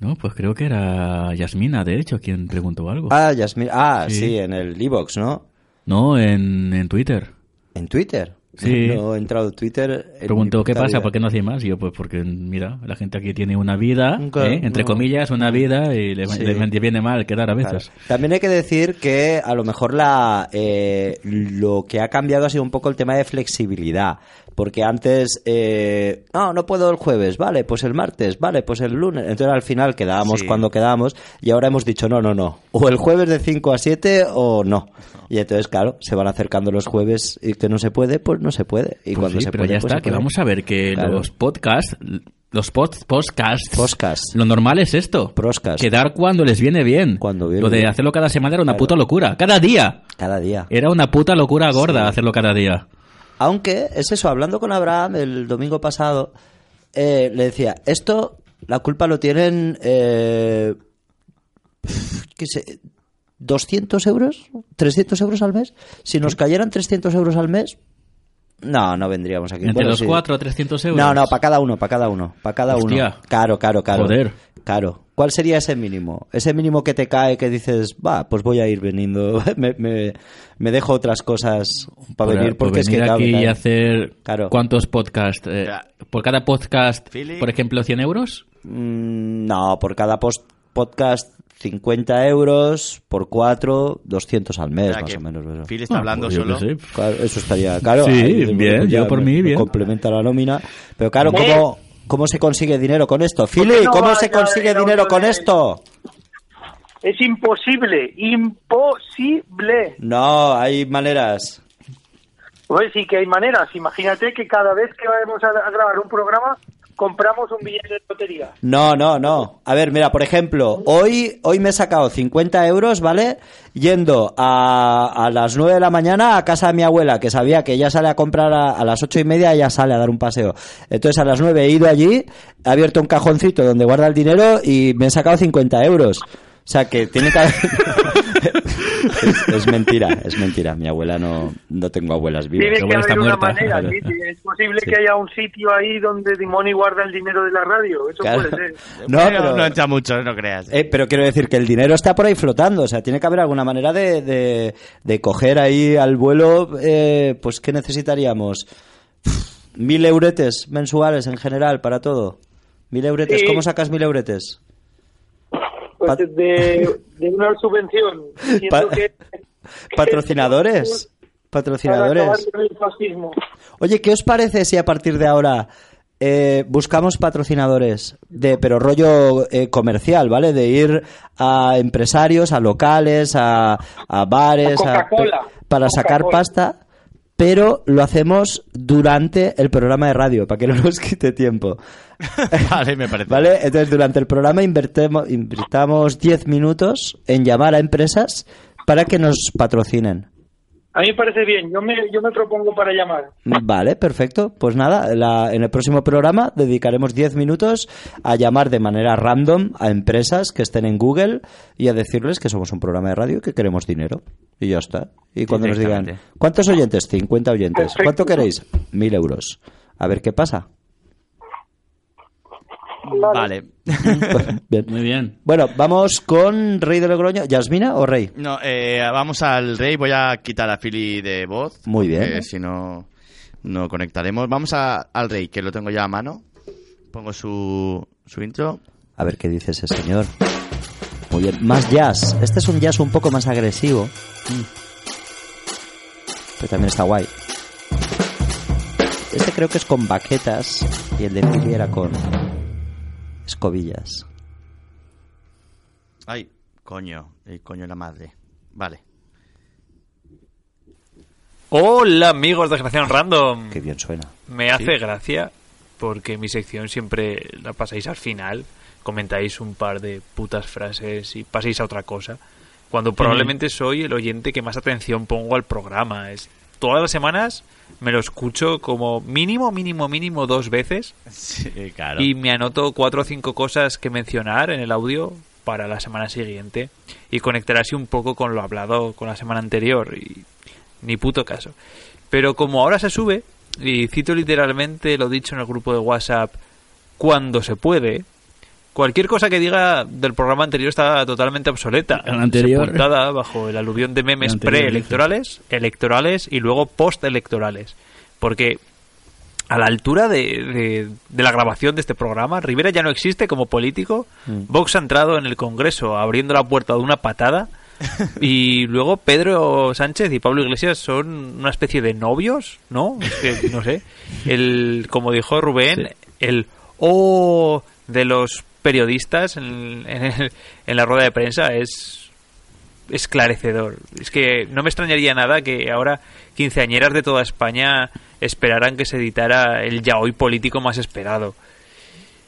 No, pues creo que era Yasmina, de hecho, quien preguntó algo. Ah, Yasmín. Ah, sí, Sí. en el Evox, ¿no? No, en, en Twitter. En Twitter. Sí. [laughs] No he entrado en Twitter. en Preguntó, mi ¿qué puta pasa? vida. ¿Por qué no hacéis más? Y yo, pues porque, mira, la gente aquí tiene una vida, Nunca- ¿eh? entre no. comillas, una vida, y le, Sí. le viene mal quedar a Claro. veces. También hay que decir que a lo mejor la eh, lo que ha cambiado ha sido un poco el tema de flexibilidad. Porque antes, eh, no, no puedo el jueves, vale, pues el martes, vale, pues el lunes. Entonces al final quedábamos Sí. cuando quedábamos y ahora hemos dicho no, no, no. O el jueves de 5 a 7 o no. Y entonces, claro, se van acercando los jueves y que no se puede, pues no se puede. Y Pues cuando sí, se pero puede, ya pues está, se que puede. vamos a ver que Claro. los podcasts, los pod- podcasts, Podcasts. lo normal es esto, Proscast. quedar cuando les viene bien. Cuando viene lo de bien. hacerlo cada semana era una Claro. puta locura, cada día. Cada día. Era una puta locura gorda hacerlo cada día. Aunque, es eso, hablando con Abraham el domingo pasado, eh, le decía, esto la culpa lo tienen, eh, qué sé, 200 euros, 300 euros al mes. Si nos cayeran 300 euros al mes, no, no vendríamos aquí. Entre Bueno, los sí. 4 300 euros. No, no, para cada uno, para cada uno, para cada uno. Hostia. Claro, claro, claro. Joder. Claro. ¿Cuál sería ese mínimo? Ese mínimo que te cae que dices, va, pues voy a ir veniendo, [laughs] me, me- me dejo otras cosas para Por- venir por porque es que venir claro, aquí claro. y hacer Claro. cuántos podcasts. Eh, por cada podcast, Philip. por ejemplo, 100 euros. Mm, No, por cada post- podcast 50 euros, por 4, 200 al mes, Ah, Espera más que o menos. eso. Phil está Ah, hablando pues yo solo. qué sé. Claro, eso estaría claro. Sí, ahí, bien, pues yo por mí, bien. Complementa la nómina. Pero claro, Bien. ¿cómo, cómo se consigue dinero con esto? Fili, no ¿cómo vaya se consigue el dinero auto con de- esto? Es imposible, imposible. No, hay maneras. Pues sí que hay maneras. Imagínate que cada vez que vamos a, a grabar un programa compramos un billete de lotería. No, no, no. A ver, mira, por ejemplo, hoy, hoy me he sacado 50 euros, ¿vale? Yendo a, a las 9 de la mañana a casa de mi abuela, que sabía que ella sale a comprar a, a las 8 y media, ella sale a dar un paseo. Entonces a las 9 he ido allí, he abierto un cajoncito donde guarda el dinero y me he sacado 50 euros. O sea que tiene que haber... [laughs] es, es mentira, es mentira. Mi abuela no, no tengo abuelas vivas. la Tiene que abuela está haber una muerta. manera, sí, sí. Es posible que haya un sitio ahí donde Dimoni guarda el dinero de la radio. Eso Claro. puede ser. No, Bueno, pero- no entra mucho, no creas. Eh, pero quiero decir que el dinero está por ahí flotando, o sea, tiene que haber alguna manera de, de, de coger ahí al vuelo, eh, pues, ¿qué necesitaríamos? Mil euretes mensuales en general para todo. Mil euretes, Sí. ¿cómo sacas mil euretes? Pues Pat- de, de una subvención. [laughs] Pa- Siento que- ¿Patrocinadores? [laughs] para acabar ¿Patrocinadores? con el fascismo. Oye, ¿qué os parece si a partir de ahora eh, buscamos patrocinadores de, pero rollo eh, comercial, ¿vale? De ir a empresarios, a locales, a, a bares, A Coca-Cola. para sacar Coca-Cola. pasta, pero lo hacemos durante el programa de radio, para que no nos [laughs] quite tiempo. [laughs] Vale, me parece. ¿Vale? Entonces, durante el programa invertemo- invirtamos 10 minutos en llamar a empresas para que nos patrocinen. A mí me parece bien. Yo me, yo me propongo para llamar. Vale, perfecto. Pues nada, la- en el próximo programa dedicaremos 10 minutos a llamar de manera random a empresas que estén en Google y a decirles que somos un programa de radio y que queremos dinero. Y ya está. Y cuando nos digan, Directamente. ¿cuántos oyentes? 50 oyentes. ¿Cuánto queréis? 1000 euros. A ver qué pasa. [laughs] Vale. Bien. Muy bien. Bueno, vamos con Rey de Logroño. ¿Yasmina o Rey? No, eh, vamos al rey. Voy a quitar a Philly de voz. Muy bien. porque Si no, no conectaremos. Vamos a- al rey, que lo tengo ya a mano. Pongo su, su intro. A ver qué dice ese señor. Muy bien, más jazz. Este es un jazz un poco más agresivo. Mm. Pero también está guay. Este creo que es con baquetas y el de Pili era con escobillas. Ay, coño. El coño de la madre. Vale. Hola amigos de Generación Random. Qué bien suena. Me hace gracia porque mi sección siempre la pasáis al final, comentáis un par de putas frases y pasáis a otra cosa, cuando probablemente soy el oyente que más atención pongo al programa. Es, todas las semanas me lo escucho como mínimo, mínimo, mínimo dos veces Sí, claro. y me anoto cuatro o cinco cosas que mencionar en el audio para la semana siguiente y conectar así un poco con lo hablado con la semana anterior y ni puto caso. Pero como ahora se sube, y cito literalmente lo dicho en el grupo de WhatsApp, cuando se puede, cualquier cosa que diga del programa anterior está totalmente obsoleta. El anterior. Sepultada bajo el aluvión de memes El anterior, preelectorales, electorales y luego postelectorales. Porque a la altura de, de- de la grabación de este programa, Rivera ya no existe como político. Vox ha entrado en el Congreso abriendo la puerta de una patada. Y luego Pedro Sánchez y Pablo Iglesias son una especie de novios, ¿no? Es que, no sé. El, como dijo Rubén, el O de los periodistas en, en el- en la rueda de prensa es esclarecedor. Es que no me extrañaría nada que ahora quinceañeras de toda España esperaran que se editara el ya hoy político más esperado.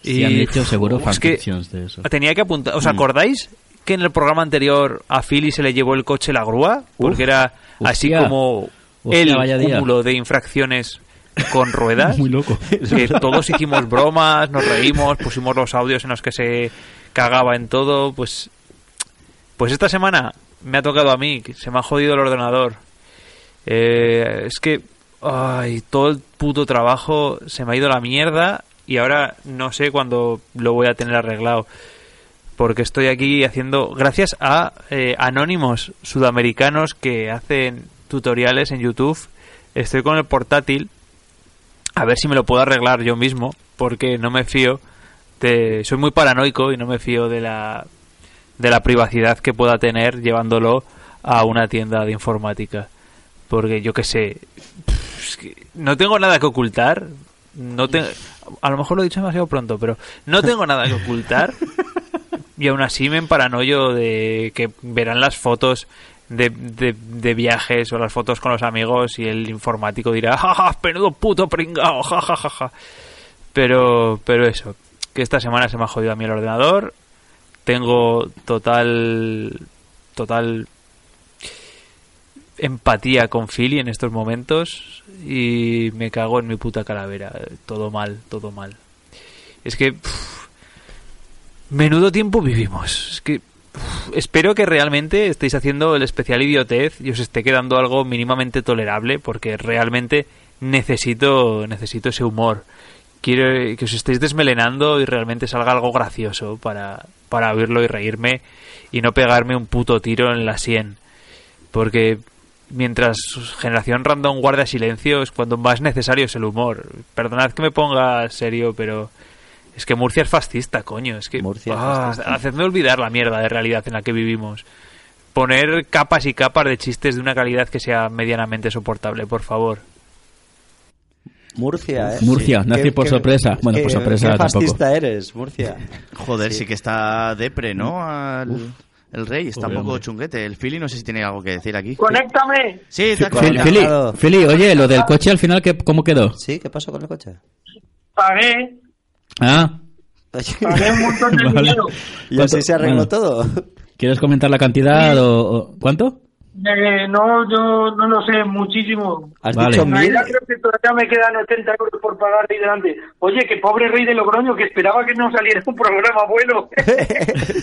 Y han hecho seguro es que fanfictions de eso. Mm. Tenía que apuntar. ¿Os acordáis que en el programa anterior a Philly se le llevó el coche la grúa? Porque era así hostia. como Hostia, vaya el día. cúmulo de infracciones [laughs] con ruedas. Muy [laughs] loco. [laughs] [laughs] que todos hicimos bromas, nos reímos, pusimos los audios en los que se cagaba en todo, pues pues esta semana me ha tocado a mí, que se me ha jodido el ordenador. Eh, es que ay, todo el puto trabajo se me ha ido a la mierda y ahora no sé cuándo lo voy a tener arreglado. Porque estoy aquí haciendo, gracias a eh, anónimos sudamericanos que hacen tutoriales en YouTube, estoy con el portátil a ver si me lo puedo arreglar yo mismo, porque no me fío. de- soy muy paranoico y no me fío de la, de la privacidad que pueda tener llevándolo a una tienda de informática. Porque yo qué sé, es que no tengo nada que ocultar. No te- a lo mejor lo he dicho demasiado pronto, pero no tengo nada que ocultar. Y aún así me emparanoio de que verán las fotos de, de- de viajes o las fotos con los amigos y el informático dirá, jaja, penudo puto pringao, jajajaja. Pero, pero eso, que esta semana se me ha jodido a mí el ordenador. Tengo total, total empatía con Philly en estos momentos y me cago en mi puta calavera. Todo mal, todo mal. Es que... pff, menudo tiempo vivimos. Es que... pff, Espero que realmente estéis haciendo el especial idiotez y os esté quedando algo mínimamente tolerable porque realmente necesito, necesito ese humor. Quiero que os estéis desmelenando y realmente salga algo gracioso para, para oírlo y reírme y no pegarme un puto tiro en la sien. Porque mientras Generación Random guarda silencio es cuando más necesario es el humor. Perdonad que me ponga serio, pero es que Murcia es fascista, coño. Es que Murcia es ah, hacedme olvidar la mierda de realidad en la que vivimos. Poner capas y capas de chistes de una calidad que sea medianamente soportable, por favor. Murcia, ¿eh? Murcia, nací por sorpresa. Bueno, por qué- sorpresa qué tampoco. fascista eres, Murcia. Joder, sí. que está depre, ¿no? Al- el rey está Pobre un poco hombre. chunguete. El Philly no sé si tiene algo que decir aquí. ¡Conéctame! Sí, está Fili- Fili, conectado. Fili- oye, lo del coche al final, ¿qué, ¿cómo quedó? ¿Sí? ¿Qué pasó con el coche? Pagué, Ah, pagué un montón de Vale. dinero. [laughs] ¿Y así se arregló Bueno. todo? ¿quieres comentar la cantidad o, o- cuánto? Eh, no, yo no lo sé, muchísimo. ¿Has Vale. dicho En mil? realidad creo que todavía me quedan 80 euros por pagar ahí delante. Oye, que pobre rey de Logroño, que esperaba que no saliera un programa bueno. [laughs]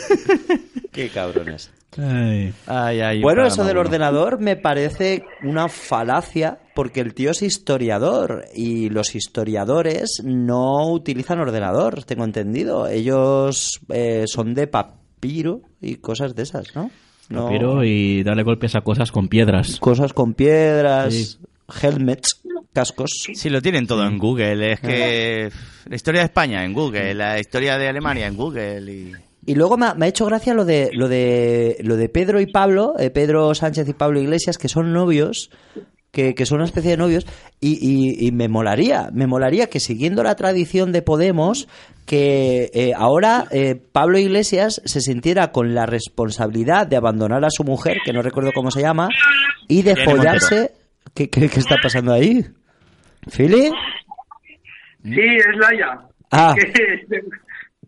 Qué cabrones. Ay. Ay, ay, Bueno, para eso del Maduro. ordenador me parece una falacia porque el tío es historiador y los historiadores no utilizan ordenador, tengo entendido. Ellos eh, son de papiro y cosas de esas, ¿no? No- Papiro y darle golpes a cosas con piedras. Cosas con piedras, Sí. helmets, cascos. Sí, lo tienen todo en Google. Es que pff, la historia de España en Google, la historia de Alemania en Google y... Y luego me ha, me ha hecho gracia lo de, lo de, lo de Pedro y Pablo, eh, Pedro Sánchez y Pablo Iglesias, que son novios, que, que son una especie de novios, y, y- y me molaría, me molaría que siguiendo la tradición de Podemos, que eh, ahora eh, Pablo Iglesias se sintiera con la responsabilidad de abandonar a su mujer, que no recuerdo cómo se llama, y de Irene follarse ¿Qué, qué, qué está pasando ahí? ¿Philly? Sí, es Laia. Ah. Que [laughs]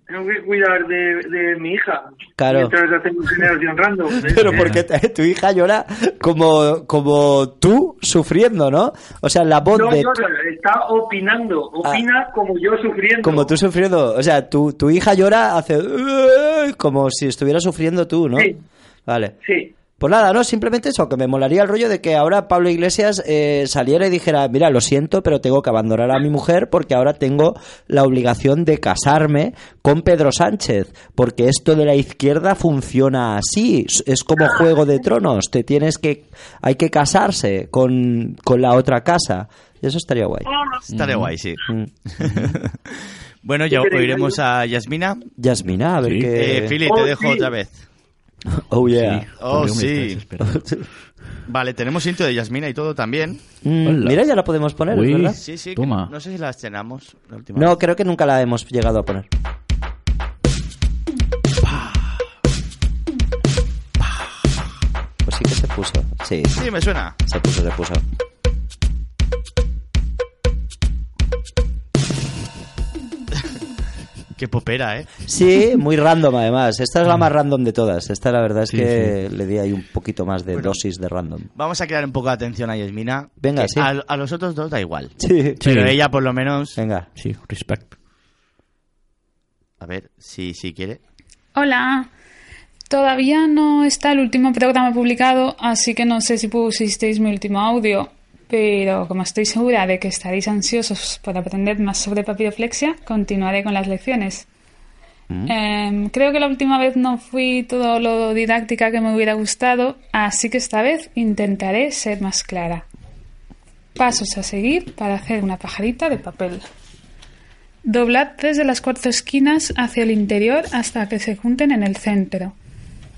tengo que cuidar de, de mi hija. Claro. Mientras hacemos generación random. ¿eh? [laughs] Pero porque t- tu hija llora como, como tú sufriendo, ¿no? O sea, la voz No, de... Ah. no, no, está opinando. Opina como yo sufriendo. Como tú sufriendo, o sea, tu, tu hija llora, hace... Como si estuviera sufriendo tú, ¿no? Sí. Vale. Sí. Pues nada, no, simplemente eso, que me molaría el rollo de que ahora Pablo Iglesias eh, saliera y dijera, mira, lo siento, pero tengo que abandonar a mi mujer porque ahora tengo la obligación de casarme con Pedro Sánchez, porque esto de la izquierda funciona así, es- es como Juego de Tronos, te tienes que, hay que casarse con, con la otra casa, y eso estaría guay. Estaría guay, sí. Mm. [laughs] Bueno, ya oiremos a Yasmina. Yasmina, a ver Sí. qué... Eh, Fili, te Oh, dejo sí. otra vez. Oh, yeah. Oh, Hombre, hombre, sí. estás esperando. Vale, tenemos intro de Yasmina y todo también. Mm, Hola. mira, ya la podemos poner, Uy. ¿verdad? Sí, sí. que Toma. No sé si la estrenamos la última No, vez. creo que nunca la hemos llegado a poner. Pues sí que se puso. Sí, sí, Sí, me suena. se puso, se puso. Qué popera, ¿eh? Sí, muy random además. Esta es la más random de todas. Esta la verdad es Sí, que le di ahí un poquito más de Bueno. dosis de random. Vamos a crear un poco de atención a Yasmina. Venga, Que sí. A, a los otros dos da igual. Sí. Sí. Pero ella, por lo menos. Venga. Sí, respect. A ver, si, si quiere. Hola, todavía no está el último programa publicado, así que no sé si pusisteis mi último audio, pero como estoy segura de que estaréis ansiosos por aprender más sobre papiroflexia, continuaré con las lecciones. Em, creo que la última vez no fui todo lo didáctica que me hubiera gustado, así que esta vez intentaré ser más clara. Pasos a seguir para hacer una pajarita de papel. Doblad desde las cuatro esquinas hacia el interior hasta que se junten en el centro.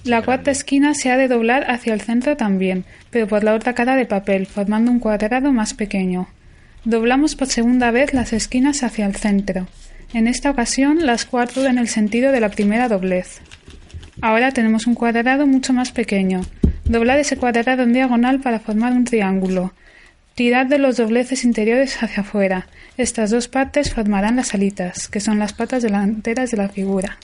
La cuarta esquina se ha de doblar hacia el centro también, pero por la otra cara de papel, formando un cuadrado más pequeño. Doblamos por segunda vez las esquinas hacia el centro. En esta ocasión, las cuatro en el sentido de la primera doblez. Ahora tenemos un cuadrado mucho más pequeño. Doblad ese cuadrado en diagonal para formar un triángulo. Tirad de los dobleces interiores hacia afuera. Estas dos partes formarán las alitas, que son las patas delanteras de la figura.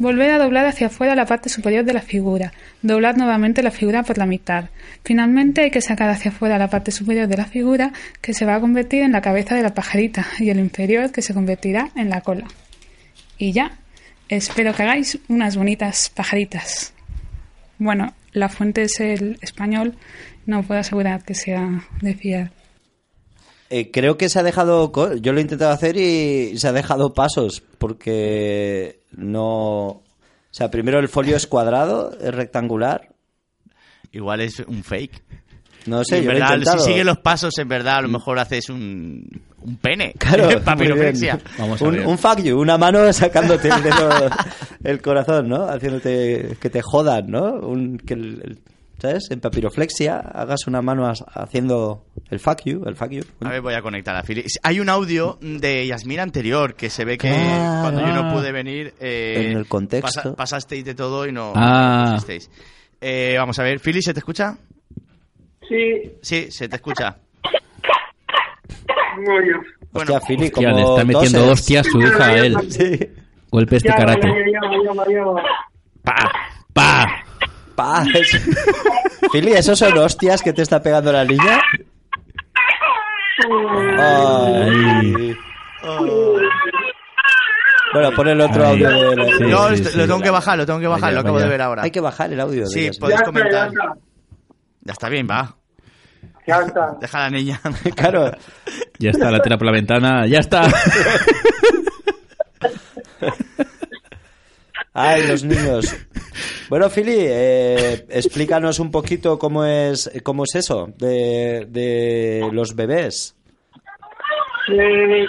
Volver a doblar hacia afuera la parte superior de la figura. Doblad nuevamente la figura por la mitad. Finalmente hay que sacar hacia afuera la parte superior de la figura, que se va a convertir en la cabeza de la pajarita, y el inferior, que se convertirá en la cola. Y ya, espero que hagáis unas bonitas pajaritas. Bueno, la fuente es el español, no puedo asegurar que sea de fiar. Eh, creo que se ha dejado. co- Yo lo he intentado hacer y se ha dejado pasos porque no. O sea, primero el folio es cuadrado, es rectangular. Igual es un fake. No sé, en yo lo he verdad, intentado. si sigue los pasos, en verdad, a lo mejor haces un, un pene. [laughs] [laughs] Claro, Papiroflexia. muy bien. Vamos a un, ver. un fuck you, una mano sacándote el dedo, [laughs] el corazón, ¿no? Haciéndote que te jodan, ¿no? Un, que el- el- ¿Sabes? En papiroflexia hagas una mano as- haciendo el fuck you, el fuck you. A ver, voy a conectar a Fili. Hay un audio de Yasmina anterior que se ve que Claro. cuando yo no pude venir. eh, Ah. En el contexto. pasa- pasasteis de todo y no. Ah. no pusisteis. Eh, vamos a ver, Fili, ¿se te escucha? Sí, Sí, se te escucha. no yo. Bueno, Hostia, Fili, Hostia, como le está metiendo doses. hostias su hija a él. Sí. Golpes de Ya, va, ya, karate. ya, va, ya, va, ya, va. ¡Pa! ¡Pa! Pa, eso- [laughs] Fili, ¿esos son hostias que te está pegando la niña? Ay. Bueno, pon el otro Ay. audio de la- Sí, no, sí, esto- sí. lo tengo que bajar, lo tengo que bajar, Vaya, lo acabo vaya. de ver ahora. Hay que bajar el audio. de Sí, ellas, pod- Ya Puedes está, ya comentar. está. Ya está bien, va. Ya está. Deja a [laughs] la niña. [laughs] Claro. Ya está, la tira por la ventana. ¡Ya está! Ay, los niños. Bueno, Fili, eh, explícanos un poquito cómo es, cómo es eso de, de los bebés. Eh,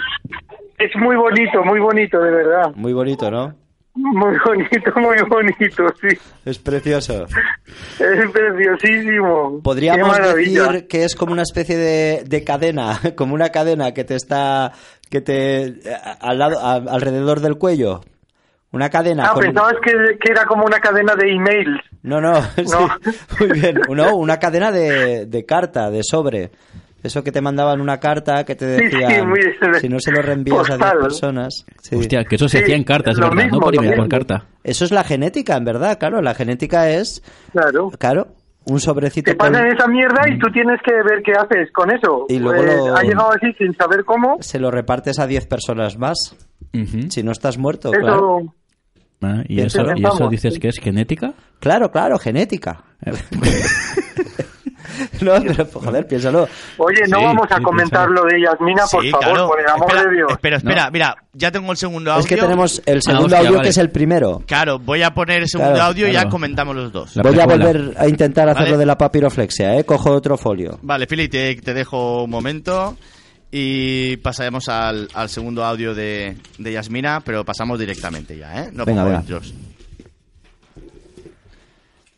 es muy bonito, muy bonito, de verdad. Muy bonito, ¿no? [laughs] Muy bonito, muy bonito, sí. Es precioso. Es preciosísimo. Qué Podríamos maravilla. decir que es como una especie de, de cadena, [laughs] como una cadena que te está, que te, a- al lado, a- alrededor del cuello. Una cadena. Ah, con- pensabas que, que era como una cadena de emails. No, no, [laughs] sí, muy [laughs] bien. No, una cadena de, de carta, de sobre. Eso que te mandaban una carta que te Sí, sí, decían, muy bien. si no se lo reenvías a Postal. 10 personas. Sí. Hostia, que eso se Sí, hacía en cartas, lo es ¿verdad? mismo, no por lo email, por mismo. carta. Eso es la genética, en verdad, claro. La genética es, Claro. claro, un sobrecito Te con- pasan esa mierda y tú tienes que ver qué haces con eso. Y luego Pues, lo- Ha llegado así sin saber cómo. se lo repartes a 10 personas más. Ujú. Si no estás muerto, Eso, claro. Ah, ¿Y, Bien, eso, ¿Y eso vamos. dices que es genética? Claro, claro, genética. Eh. [laughs] no, pero joder, piénsalo. Oye, no Sí, vamos a sí, comentar lo de Yasmina, por [laughs] Sí, favor, claro. por el amor espera, de Dios. Espera, espera, mira, ya tengo el segundo audio. Es que tenemos el segundo hostia, audio vale. que es el primero. Claro, voy a poner el segundo Claro, audio y claro. ya comentamos los dos. La Voy a precuela. volver a intentar hacer Vale. lo de la papiroflexia, ¿eh? Cojo otro folio. Vale, Fili, te, te dejo un momento y pasaremos al, al segundo audio de, de Yasmina, pero pasamos directamente ya, ¿eh? No Venga, pongo venga. intros.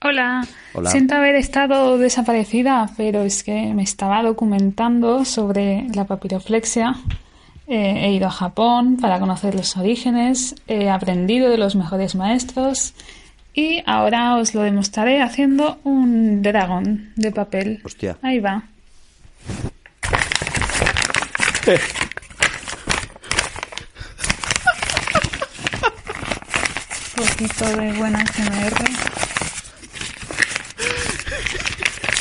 Hola. Hola. siento haber estado desaparecida, pero es que me estaba documentando sobre la papiroflexia. Eh, he ido a Japón para conocer los orígenes, he aprendido de los mejores maestros y ahora os lo demostraré haciendo un dragón de papel. Hostia. Ahí va. poquito de buena CMR.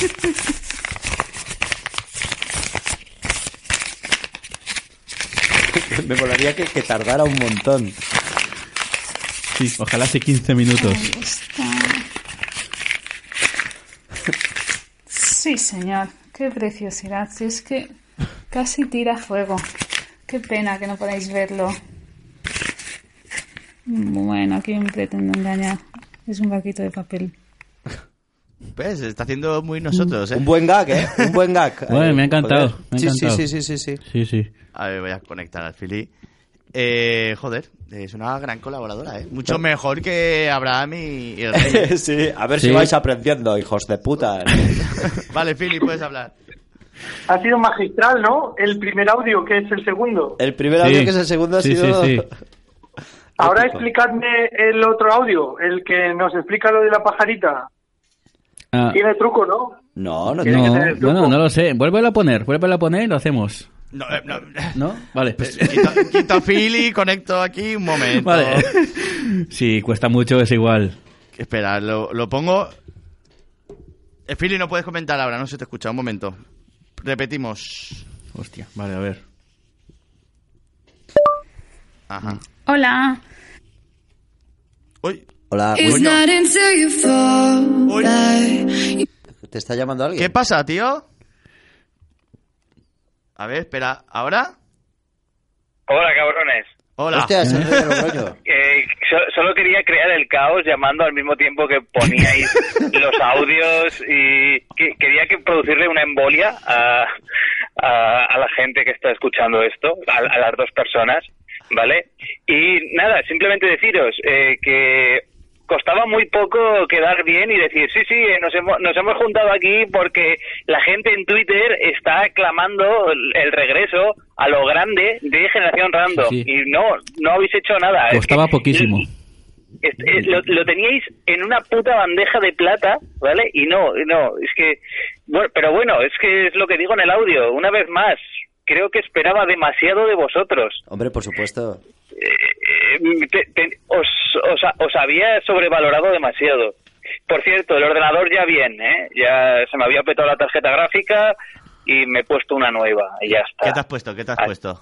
[laughs] Me molaría que, que tardara un montón. Sí, ojalá hace 15 minutos. Me gusta. Sí, señor. Qué preciosidad. Si es que casi tira fuego. Qué pena que no podáis verlo. Bueno, ¿a quién pretendo engañar? Es un barquito de papel. Pues, se está haciendo muy nosotros, ¿eh? Un buen gag, ¿eh? Un buen gag. [laughs] Bueno, Ahí, me ha encantado, joder. me ha sí, sí, encantado. sí, sí, sí, sí. Sí, sí. A ver, voy a conectar al Fili. Eh, joder, es una gran colaboradora, ¿eh? Mucho mejor que Abraham y, y el [laughs] rey. sí, a ver Sí. si vais aprendiendo, hijos de puta. [laughs] Vale, Fili, puedes hablar. Ha sido magistral, ¿no? El primer audio, que es el segundo. El primer audio, que es el segundo, ha Sí, sí, sido... sí. Ahora épico. explicadme el otro audio, el que nos explica lo de la pajarita. Ah, Tiene truco, ¿no? No, no, Tiene que no, tener truco. bueno, no lo sé. Vuelve a poner, vuelve a poner y lo hacemos. No, eh, no. [laughs] ¿No? Vale, pues. Quito, quito a Fili, conecto aquí, un momento. Vale. Sí, cuesta mucho, es igual. Espera, lo, lo pongo. Eh, Fili, no puedes comentar ahora, no se te escucha. Un momento. Repetimos. Hostia, vale, a ver. Ajá. Hola. Uy, Hola, Uy, no. Uy, ¿te está llamando alguien? ¿Qué pasa, tío? A ver, espera, ¿ahora? Hola, cabrones. Hola. Hostia, se ríe de [laughs] los rollos. Eh, so- solo quería crear el caos llamando al mismo tiempo que [laughs] poníais los audios y que- quería que producirle una embolia a, a- a la gente que está escuchando esto, a, a las dos personas, ¿vale? Y nada, simplemente deciros eh, que costaba muy poco quedar bien y decir, sí, sí, eh, nos hemos, nos hemos juntado aquí porque la gente en Twitter está aclamando el, el regreso a lo grande de Generación Random. Sí, sí. Y no, no habéis hecho nada. Es Costaba que- poquísimo. es- es- lo, lo teníais en una puta bandeja de plata, ¿vale? Y no, no, es que... Bueno, pero bueno, es que es lo que digo en el audio, una vez más. Creo que esperaba demasiado de vosotros. Hombre, por supuesto. Eh, eh, te- te- os, os, os había sobrevalorado demasiado. Por cierto, el ordenador ya bien, ¿eh? Ya se me había petado la tarjeta gráfica y me he puesto una nueva y ya está. ¿Qué te has puesto? ¿Qué te has Ah. puesto?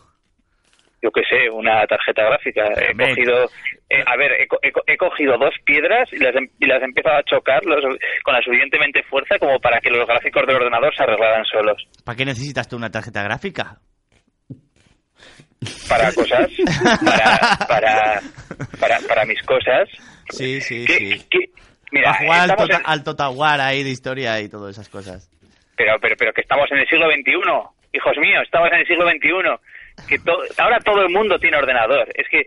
Yo qué sé, una tarjeta gráfica. He Hombre. cogido, eh, a ver, he, co- he co- he cogido dos piedras y las, em- y las he empezado a chocar los- con la suficientemente fuerza como para que los gráficos del ordenador se arreglaran solos. ¿Para qué necesitas tú una tarjeta gráfica? Para [laughs] cosas, para, para, para, para mis cosas. Sí, sí, ¿Qué- sí. qué- mira, Para jugar al, estamos tota, en- al Total War ahí de historia y todas esas cosas. pero, pero, pero que estamos en el siglo XXI, hijos míos, estamos en el siglo XXI. Que to- ahora todo el mundo tiene ordenador. Es que,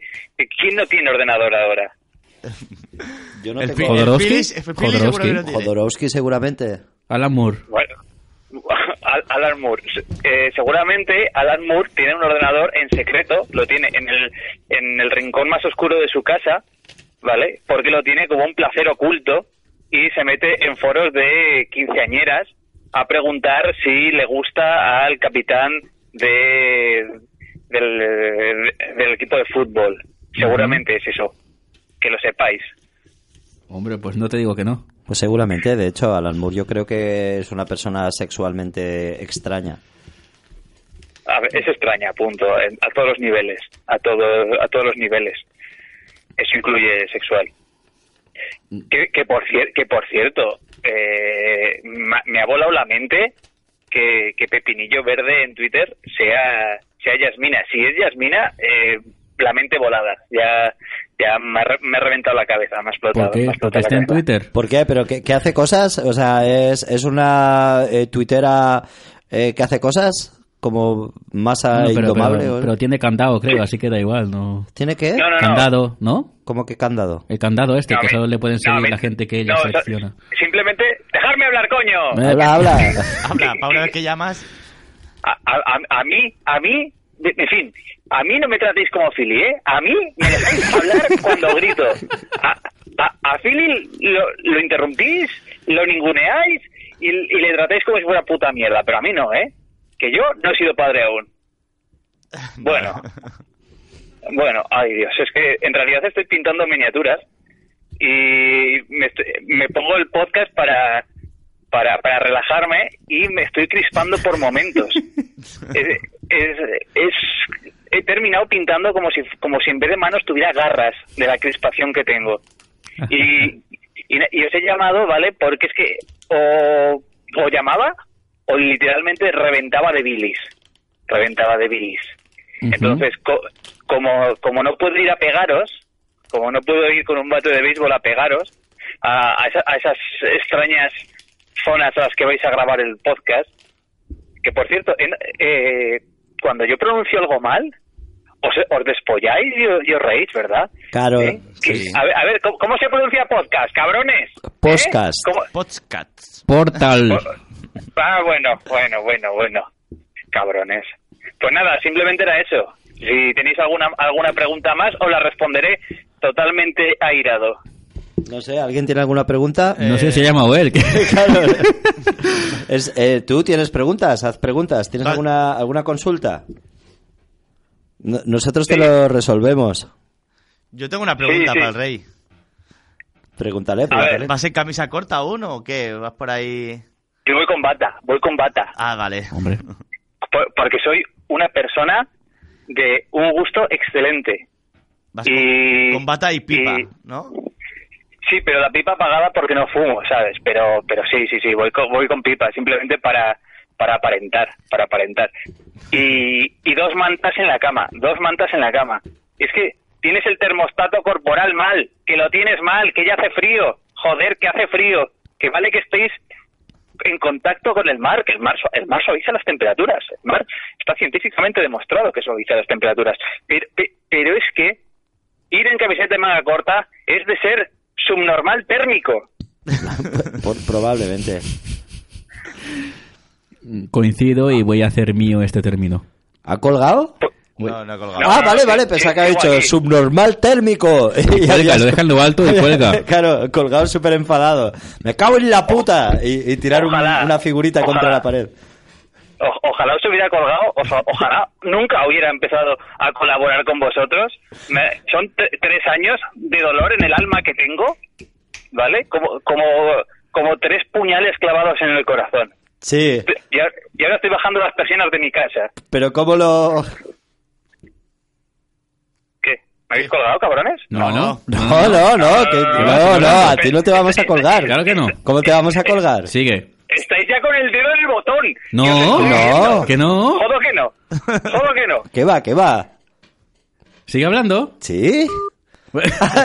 ¿quién no tiene ordenador ahora? Yo no El tengo... fi- Jodorowsky. Phyllis- el Phyllis seguro Jodorowsky. que no tiene. Jodorowsky seguramente. Alan Moore. Bueno, Al- Alan Moore. Eh, seguramente Alan Moore tiene un ordenador en secreto, lo tiene en el, en el rincón más oscuro de su casa ¿vale? Porque lo tiene como un placer oculto y se mete en foros de quinceañeras a preguntar si le gusta al capitán de, del, del equipo de fútbol. Seguramente es eso. Que lo sepáis. Hombre, pues no te digo que no. Pues seguramente, de hecho, Alan Moore yo creo que es una persona sexualmente extraña. A ver, es extraña, punto. en- A todos los niveles. A, todo, a todos los niveles. Eso incluye sexual. Que, que por, cier- que por cierto, eh, ma- me ha volado la mente que, que Pepinillo Verde en Twitter sea, sea Yasmina. Si es Yasmina, eh, la mente volada. Ya, ya me, ha, re- me ha reventado la cabeza, me ha explotado. ¿Por qué? me ha Porque explotado la está en cabeza. Twitter. ¿Por qué? ¿Pero que, que hace cosas? O sea, es, es una eh, tuitera eh, que hace cosas como masa No, pero, indomable. pero- o- pero tiene candado, creo, así que da igual, ¿no? ¿Tiene que? No, no, no. Candado, ¿no? ¿Cómo que candado? El candado este, No, que me- solo le pueden no, seguir me- la gente que ella no, o sea, selecciona. Simplemente, dejarme hablar, [laughs] coño. Eh, Habla, habla. Habla, para una vez que llamas. a, a, a- a mí, a mí, de- en fin, a mí no me tratéis como Philly, ¿eh? A mí me dejáis hablar cuando grito. A, a, a Philly lo, lo interrumpís, lo ninguneáis y, y le tratáis como si fuera puta mierda, pero a mí no, ¿eh? Que yo no he sido padre aún. Bueno, bueno, ay Dios, es que en realidad estoy pintando miniaturas y me, estoy- me pongo el podcast para, para, para relajarme y me estoy crispando por momentos. es, es, es- he terminado pintando como si, como si en vez de manos tuviera garras de la crispación que tengo. Y, y, y os he llamado, ¿vale? Porque es que o, o llamaba o literalmente reventaba de bilis. Reventaba de bilis. Entonces, co- como, como no puedo ir a pegaros, como no puedo ir con un bate de béisbol a pegaros, a, a esa- a esas extrañas zonas a las que vais a grabar el podcast, que por cierto, en- eh, cuando yo pronuncio algo mal, os, os despolláis y, os- y os reís, ¿verdad? [laughs] Claro. ¿Eh? Que- A ver, a ver, ¿cómo, cómo se pronuncia podcast, cabrones? ¿Eh? Podcast. ¿Cómo- Podcast. Eh, Portal. Ah, bueno, bueno, bueno, bueno. Cabrones. Pues nada, simplemente era eso. Si tenéis alguna alguna pregunta más, os la responderé totalmente airado. No sé, ¿alguien tiene alguna pregunta? Eh, No sé si eh. se llama [laughs] él. Claro. Es, eh, Tú tienes preguntas, haz preguntas. ¿Tienes Ah. Vale. alguna, alguna consulta? No- nosotros te lo resolvemos. Yo tengo una pregunta Sí, sí. para el rey. Pregúntale, A ver, pregúntale. ¿Vas en camisa corta aún o qué? ¿Vas por ahí? Yo voy con bata, voy con bata. Ah, vale. Hombre. Por- porque soy una persona de un gusto excelente. Vas Y- con, con bata y pipa, y- ¿no? Sí, pero la pipa apagada porque no fumo, ¿sabes? Pero pero sí, sí, sí, voy con, voy con pipa, simplemente para para aparentar, para aparentar. Y, y dos mantas en la cama, dos mantas en la cama. Es que tienes el termostato corporal mal, que lo tienes mal, que ya hace frío, joder, que hace frío, que vale que estéis en contacto con el mar, que el mar, su- el mar suaviza las temperaturas. El mar está científicamente demostrado que suaviza las temperaturas. Pero, pe- pero es que ir en camiseta de manga corta es de ser subnormal térmico. Por- probablemente. Coincido y voy a hacer mío este término. ¿Ha colgado? No, no he colgado. No, ah, no, vale, sí, vale, sí, pensaba que ha tengo dicho aquí. subnormal térmico. [laughs] Y Cuelga, habías- lo deja en lo alto y cuelga. [laughs] claro, colgado súper enfadado. Me cago en la puta. Y, y tirar un- Ojalá. una figurita contra Ojalá. la pared. O- ojalá os hubiera colgado, o- ojalá nunca hubiera empezado a colaborar con vosotros. Me- son tre- tres años de dolor en el alma que tengo, ¿vale? Como, como, como tres puñales clavados en el corazón. Sí, Y ahora- y ahora estoy bajando las persianas de mi casa. pero ¿cómo lo...? [laughs] ¿Qué? ¿Me habéis colgado, cabrones? No, no. No, no, no, que- no, no, a ti no te vamos a colgar. Claro que no. ¿Cómo te vamos a colgar? Sigue. Estáis ya con el dedo en el botón. No, Que os no. estoy viendo. Que no. Jodo que no. Jodo que no. ¿Qué va, qué va? Sigue hablando. ¿Sí?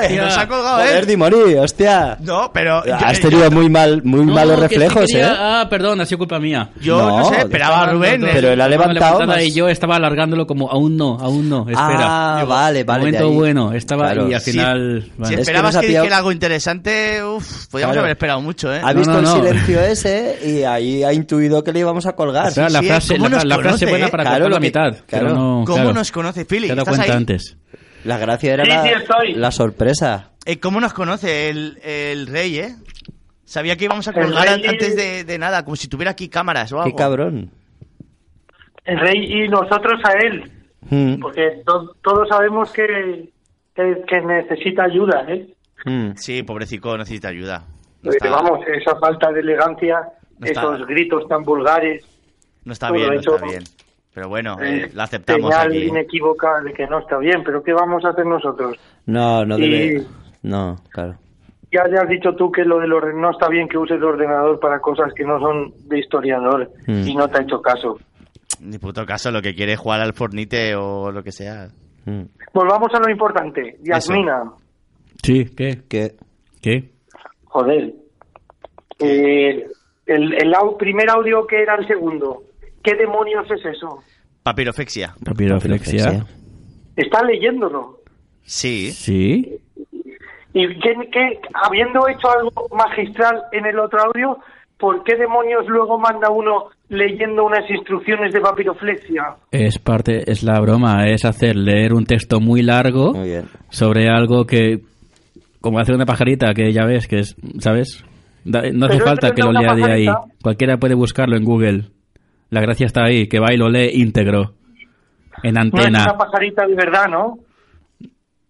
Y [laughs] nos ha colgado Joder, él. Dimori, hostia. No, Ah, pero. yo- Has este tenido muy mal, muy [laughs] No, malos que sí reflejos, quería- ¿eh? Ah, perdón, ha sido culpa mía. Yo no, No, sé, esperaba a Rubén. pero eh. él ha Estaba levantado levantada más. Y yo estaba alargándolo como aún no, aún no. Espera. Ah, vale, vale, de Momento ahí. bueno. Estaba Claro. y al Sí, final. Si este vale. Es que esperabas nos ha que, pillado- dijera algo interesante, uff, podíamos Claro. haber esperado mucho, ¿eh? Ha No, visto no, el no. silencio ese y ahí ha intuido que le íbamos a colgar. O sea, la sí, frase, ¿cómo la, nos la frase conoce, buena eh? para Claro, cortar lo la que- mitad. pero claro. no, ¿Cómo claro. nos conoce, Philly? Te has dado ¿Estás cuenta ahí? antes. La gracia era Sí, la, sí, estoy. la sorpresa. Eh, ¿Cómo nos conoce el, el rey, eh? Sabía que íbamos a El colgar rey- an- antes de, de nada, como si tuviera aquí cámaras o Qué algo. cabrón. El [laughs] rey y nosotros a él. Mm, Porque to- todos sabemos que, que, que necesita ayuda, ¿eh? mm. Sí, pobrecico, necesita ayuda. No Pero está, Vamos, esa falta de elegancia, No está. esos gritos tan vulgares, no está todo bien, no eso- está bien. Pero bueno, eh, eh, la aceptamos señal aquí. inequívoca de que no está bien. Pero ¿qué vamos a hacer nosotros? No, no Y- debe. No, claro. Ya le has dicho tú que lo del orden- no está bien que uses el ordenador para cosas que no son de historiador Mm. y no te ha hecho caso. Ni puto caso, lo que quiere es jugar al Fornite o lo que sea. Mm. Volvamos a lo importante. Yasmina, Sí, ¿qué? Que ¿Qué? joder. Eh, el, el au- primer audio que era el segundo. ¿Qué demonios es eso? Papirofexia. Papiroflexia. Está leyéndolo. Sí. Sí. ¿Y qué, qué- habiendo hecho algo magistral en el otro audio, por qué demonios luego manda uno leyendo unas instrucciones de papiroflexia? Es parte, es la broma, es hacer leer un texto muy largo Muy bien. sobre algo que, como hacer una pajarita, que ya ves, que es, ¿sabes? Da- no hace Pero falta eso que no lo es una lea de ahí. pajarita. Cualquiera puede buscarlo en Google. La gracia está ahí, que va y lo lee íntegro. En No es antena. una pajarita de verdad, ¿no?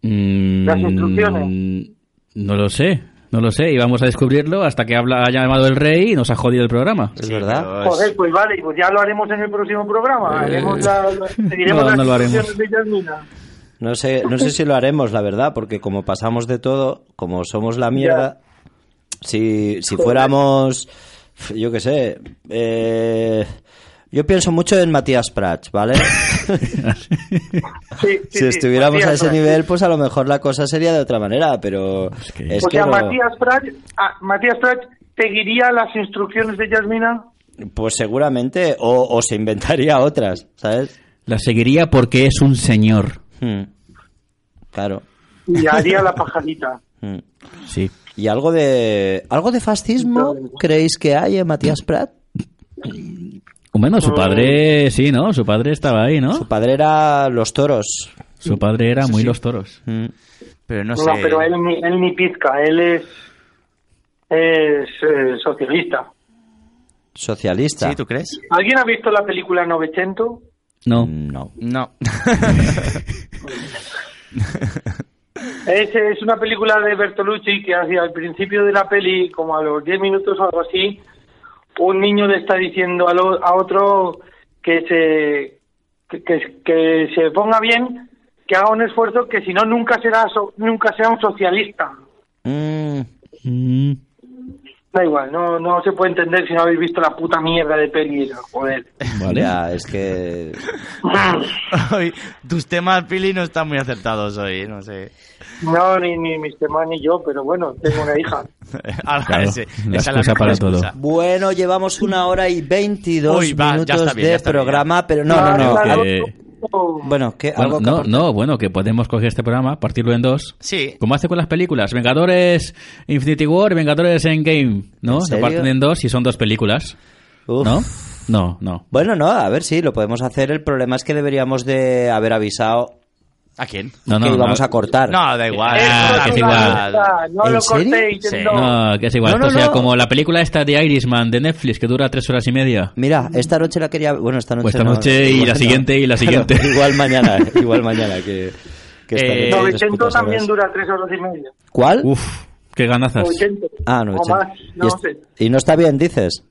Mm, Las instrucciones. No lo sé, no lo sé. Y vamos a descubrirlo hasta que habla, ha llamado el rey y nos ha jodido el programa. Es verdad. pero es- Joder, pues vale, pues ya lo haremos en el próximo Eh, programa. Haremos [laughs] la, la- seguiremos no, las no lo haremos. instrucciones de Yasmina. No sé, no sé si lo haremos, la verdad, porque como pasamos de todo, como somos la mierda, si, si fuéramos, yo qué sé, eh, yo pienso mucho en Matías Prats, [laughs] ¿vale? Sí, sí, si sí, estuviéramos Matías a ese Prats. nivel, pues a lo mejor la cosa sería de otra manera, pero es que, o sea, no- Matías Prats, ah, Matías Prats seguiría las instrucciones de Yasmina. pues seguramente, o, o se inventaría [laughs] otras, ¿sabes? La seguiría porque es un señor. Hmm. Claro. [laughs] y haría la pajarita. Hmm. Sí. ¿Y algo de algo de fascismo creéis que hay en Matías Prat? Bueno, Oh. su padre, sí, ¿no? Su padre estaba ahí, ¿no? Su padre era los toros. Su padre era muy los toros. Mm. Pero no No, sé. pero él, ni- él ni pizca, él es, es eh, socialista. Socialista. ¿Sí, tú crees? ¿Alguien ha visto la película Novecento? No. No. No. [laughs] Es, es una película de Bertolucci que hacia el principio de la peli, como a los 10 minutos o algo así, un niño le está diciendo a, lo- a otro que se que, que- que se ponga bien, que haga un esfuerzo, que si no nunca será so- nunca será un socialista. Mm. Mm. Da igual, no no se puede entender si no habéis visto la puta mierda de peli, esa, [laughs] joder. Vale. Ya, es que. Hoy, tus temas, Pili, no están muy acertados hoy, no sé. [laughs] No, ni, ni mis temas ni yo, pero bueno, tengo una hija. Ahora, Claro, ese- la esa excusa es mejor para excusa. Bueno, llevamos una hora y 22 Uy, va, ya minutos está bien, ya de está bien. programa, pero no, no, Claro, no. claro, que- Ah, no. Bueno, ¿qué? Bueno, ¿Algo que no, aportar? no, bueno, que podemos coger este programa, partirlo en dos. Sí. Como hace con las películas. Vengadores Infinity War, Vengadores Endgame, ¿no? ¿En Se serio? parten en dos y son dos películas, Uf. ¿no? No, no. Bueno, no, a ver si lo podemos hacer. El problema es que deberíamos de haber avisado ¿A quién? No, no, que íbamos no. a cortar. No, da igual. Esto Ah, da es que es una igual. mierda, No ¿En lo serio? cortéis, Sí. no. No, que es igual. No, no, Esto sea no. como la película esta de Irishman de Netflix que dura tres horas y media. Mira, esta noche la quería. Bueno, esta noche. Pues esta no, noche y igual la no. [laughs] siguiente y la Claro, siguiente. igual mañana, igual mañana que. que esta noche y Eh, no, las 900 putas también horas. dura tres horas y media. ¿Cuál? Uf, qué ganazas. 80. Ah, no, O echa- más, no y, este- es- sé. y no está bien, dices.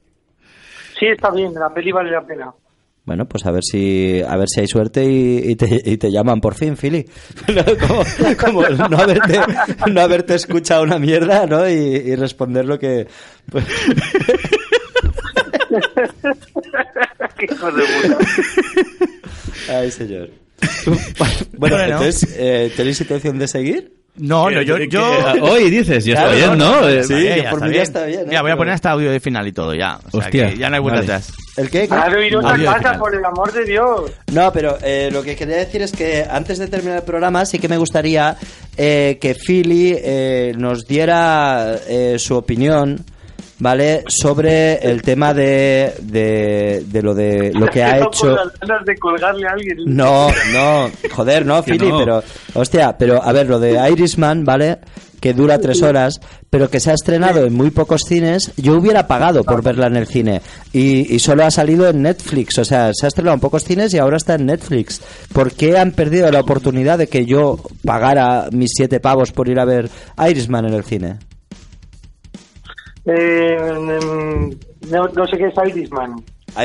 Sí, está bien, la peli vale la pena. Bueno, pues a ver si a ver si hay suerte y, y te, y te llaman por fin, Fili. [laughs] No, como como no, haberte, no haberte escuchado una mierda, ¿no? Y, y responder lo que... pues, [laughs] Qué hijo de puta. ay, señor. Bueno, Bueno. entonces, eh, ¿tenéis intención de seguir? No, no, yo... yo... Ah, Hoy dices, ya está Claro, bien, no, ¿no? no, Eh, sí. Vale, que por mí ya está bien, ¿eh? Mira, voy a Pero- poner hasta audio de final y todo, ya. O sea, Hostia, que ya no hay vuelta vale. atrás. ¿El qué? Claro, iros a Adiós, casa, final. por el amor de Dios. No, pero eh, lo que quería decir es que antes de terminar el programa sí que me gustaría eh, que Philly eh, nos diera eh, su opinión ¿vale? Sobre el tema de, de, de lo de lo que ha Estaba con hecho. las ganas de colgarle a alguien. No, no, joder, no, [laughs] Que Philly, no. pero. Hostia, pero a ver, lo de Irishman, ¿vale? Que dura tres horas, pero que se ha estrenado en muy pocos cines. Yo hubiera pagado por verla en el cine. Y, y solo ha salido en Netflix. O sea, se ha estrenado en pocos cines y ahora está en Netflix. ¿Por qué han perdido la oportunidad de que yo pagara mis siete pavos por ir a ver Irishman en el cine? Eh, mm, no, no sé qué es Irishman.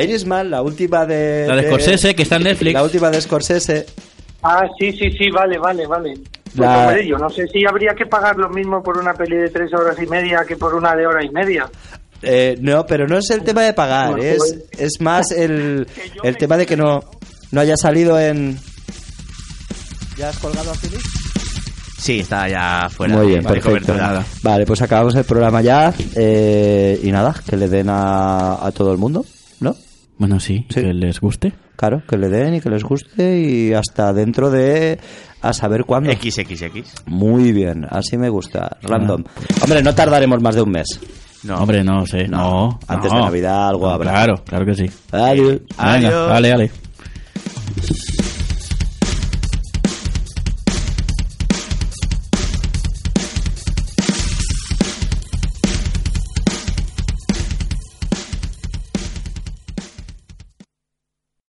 Irishman, la última de. La de Scorsese, que está en Netflix. La última de Scorsese. Ah, sí, sí, sí, vale, vale, vale. Pues La- hombre, yo no sé si habría que pagar lo mismo por una peli de tres horas y media que por una de hora y media. Eh, no, pero no es el tema de pagar, Bueno, es, es más el, el tema de que no, no haya salido en... ¿Ya has colgado a Felipe? Sí, está ya fuera Muy bien, de perfecto. cobertura. Vale, pues acabamos el programa ya eh, y nada, que le den a, a todo el mundo, ¿no? Bueno, sí, Sí. que les guste. Claro, que le den y que les guste y hasta dentro de... a saber cuándo. XXX. Muy bien, así me gusta, random. Hombre, no tardaremos más de un mes. No. Hombre, no sé, no. Antes no. de Navidad algo habrá. Claro, claro que sí. Adiós. Venga, Adiós. vale, vale.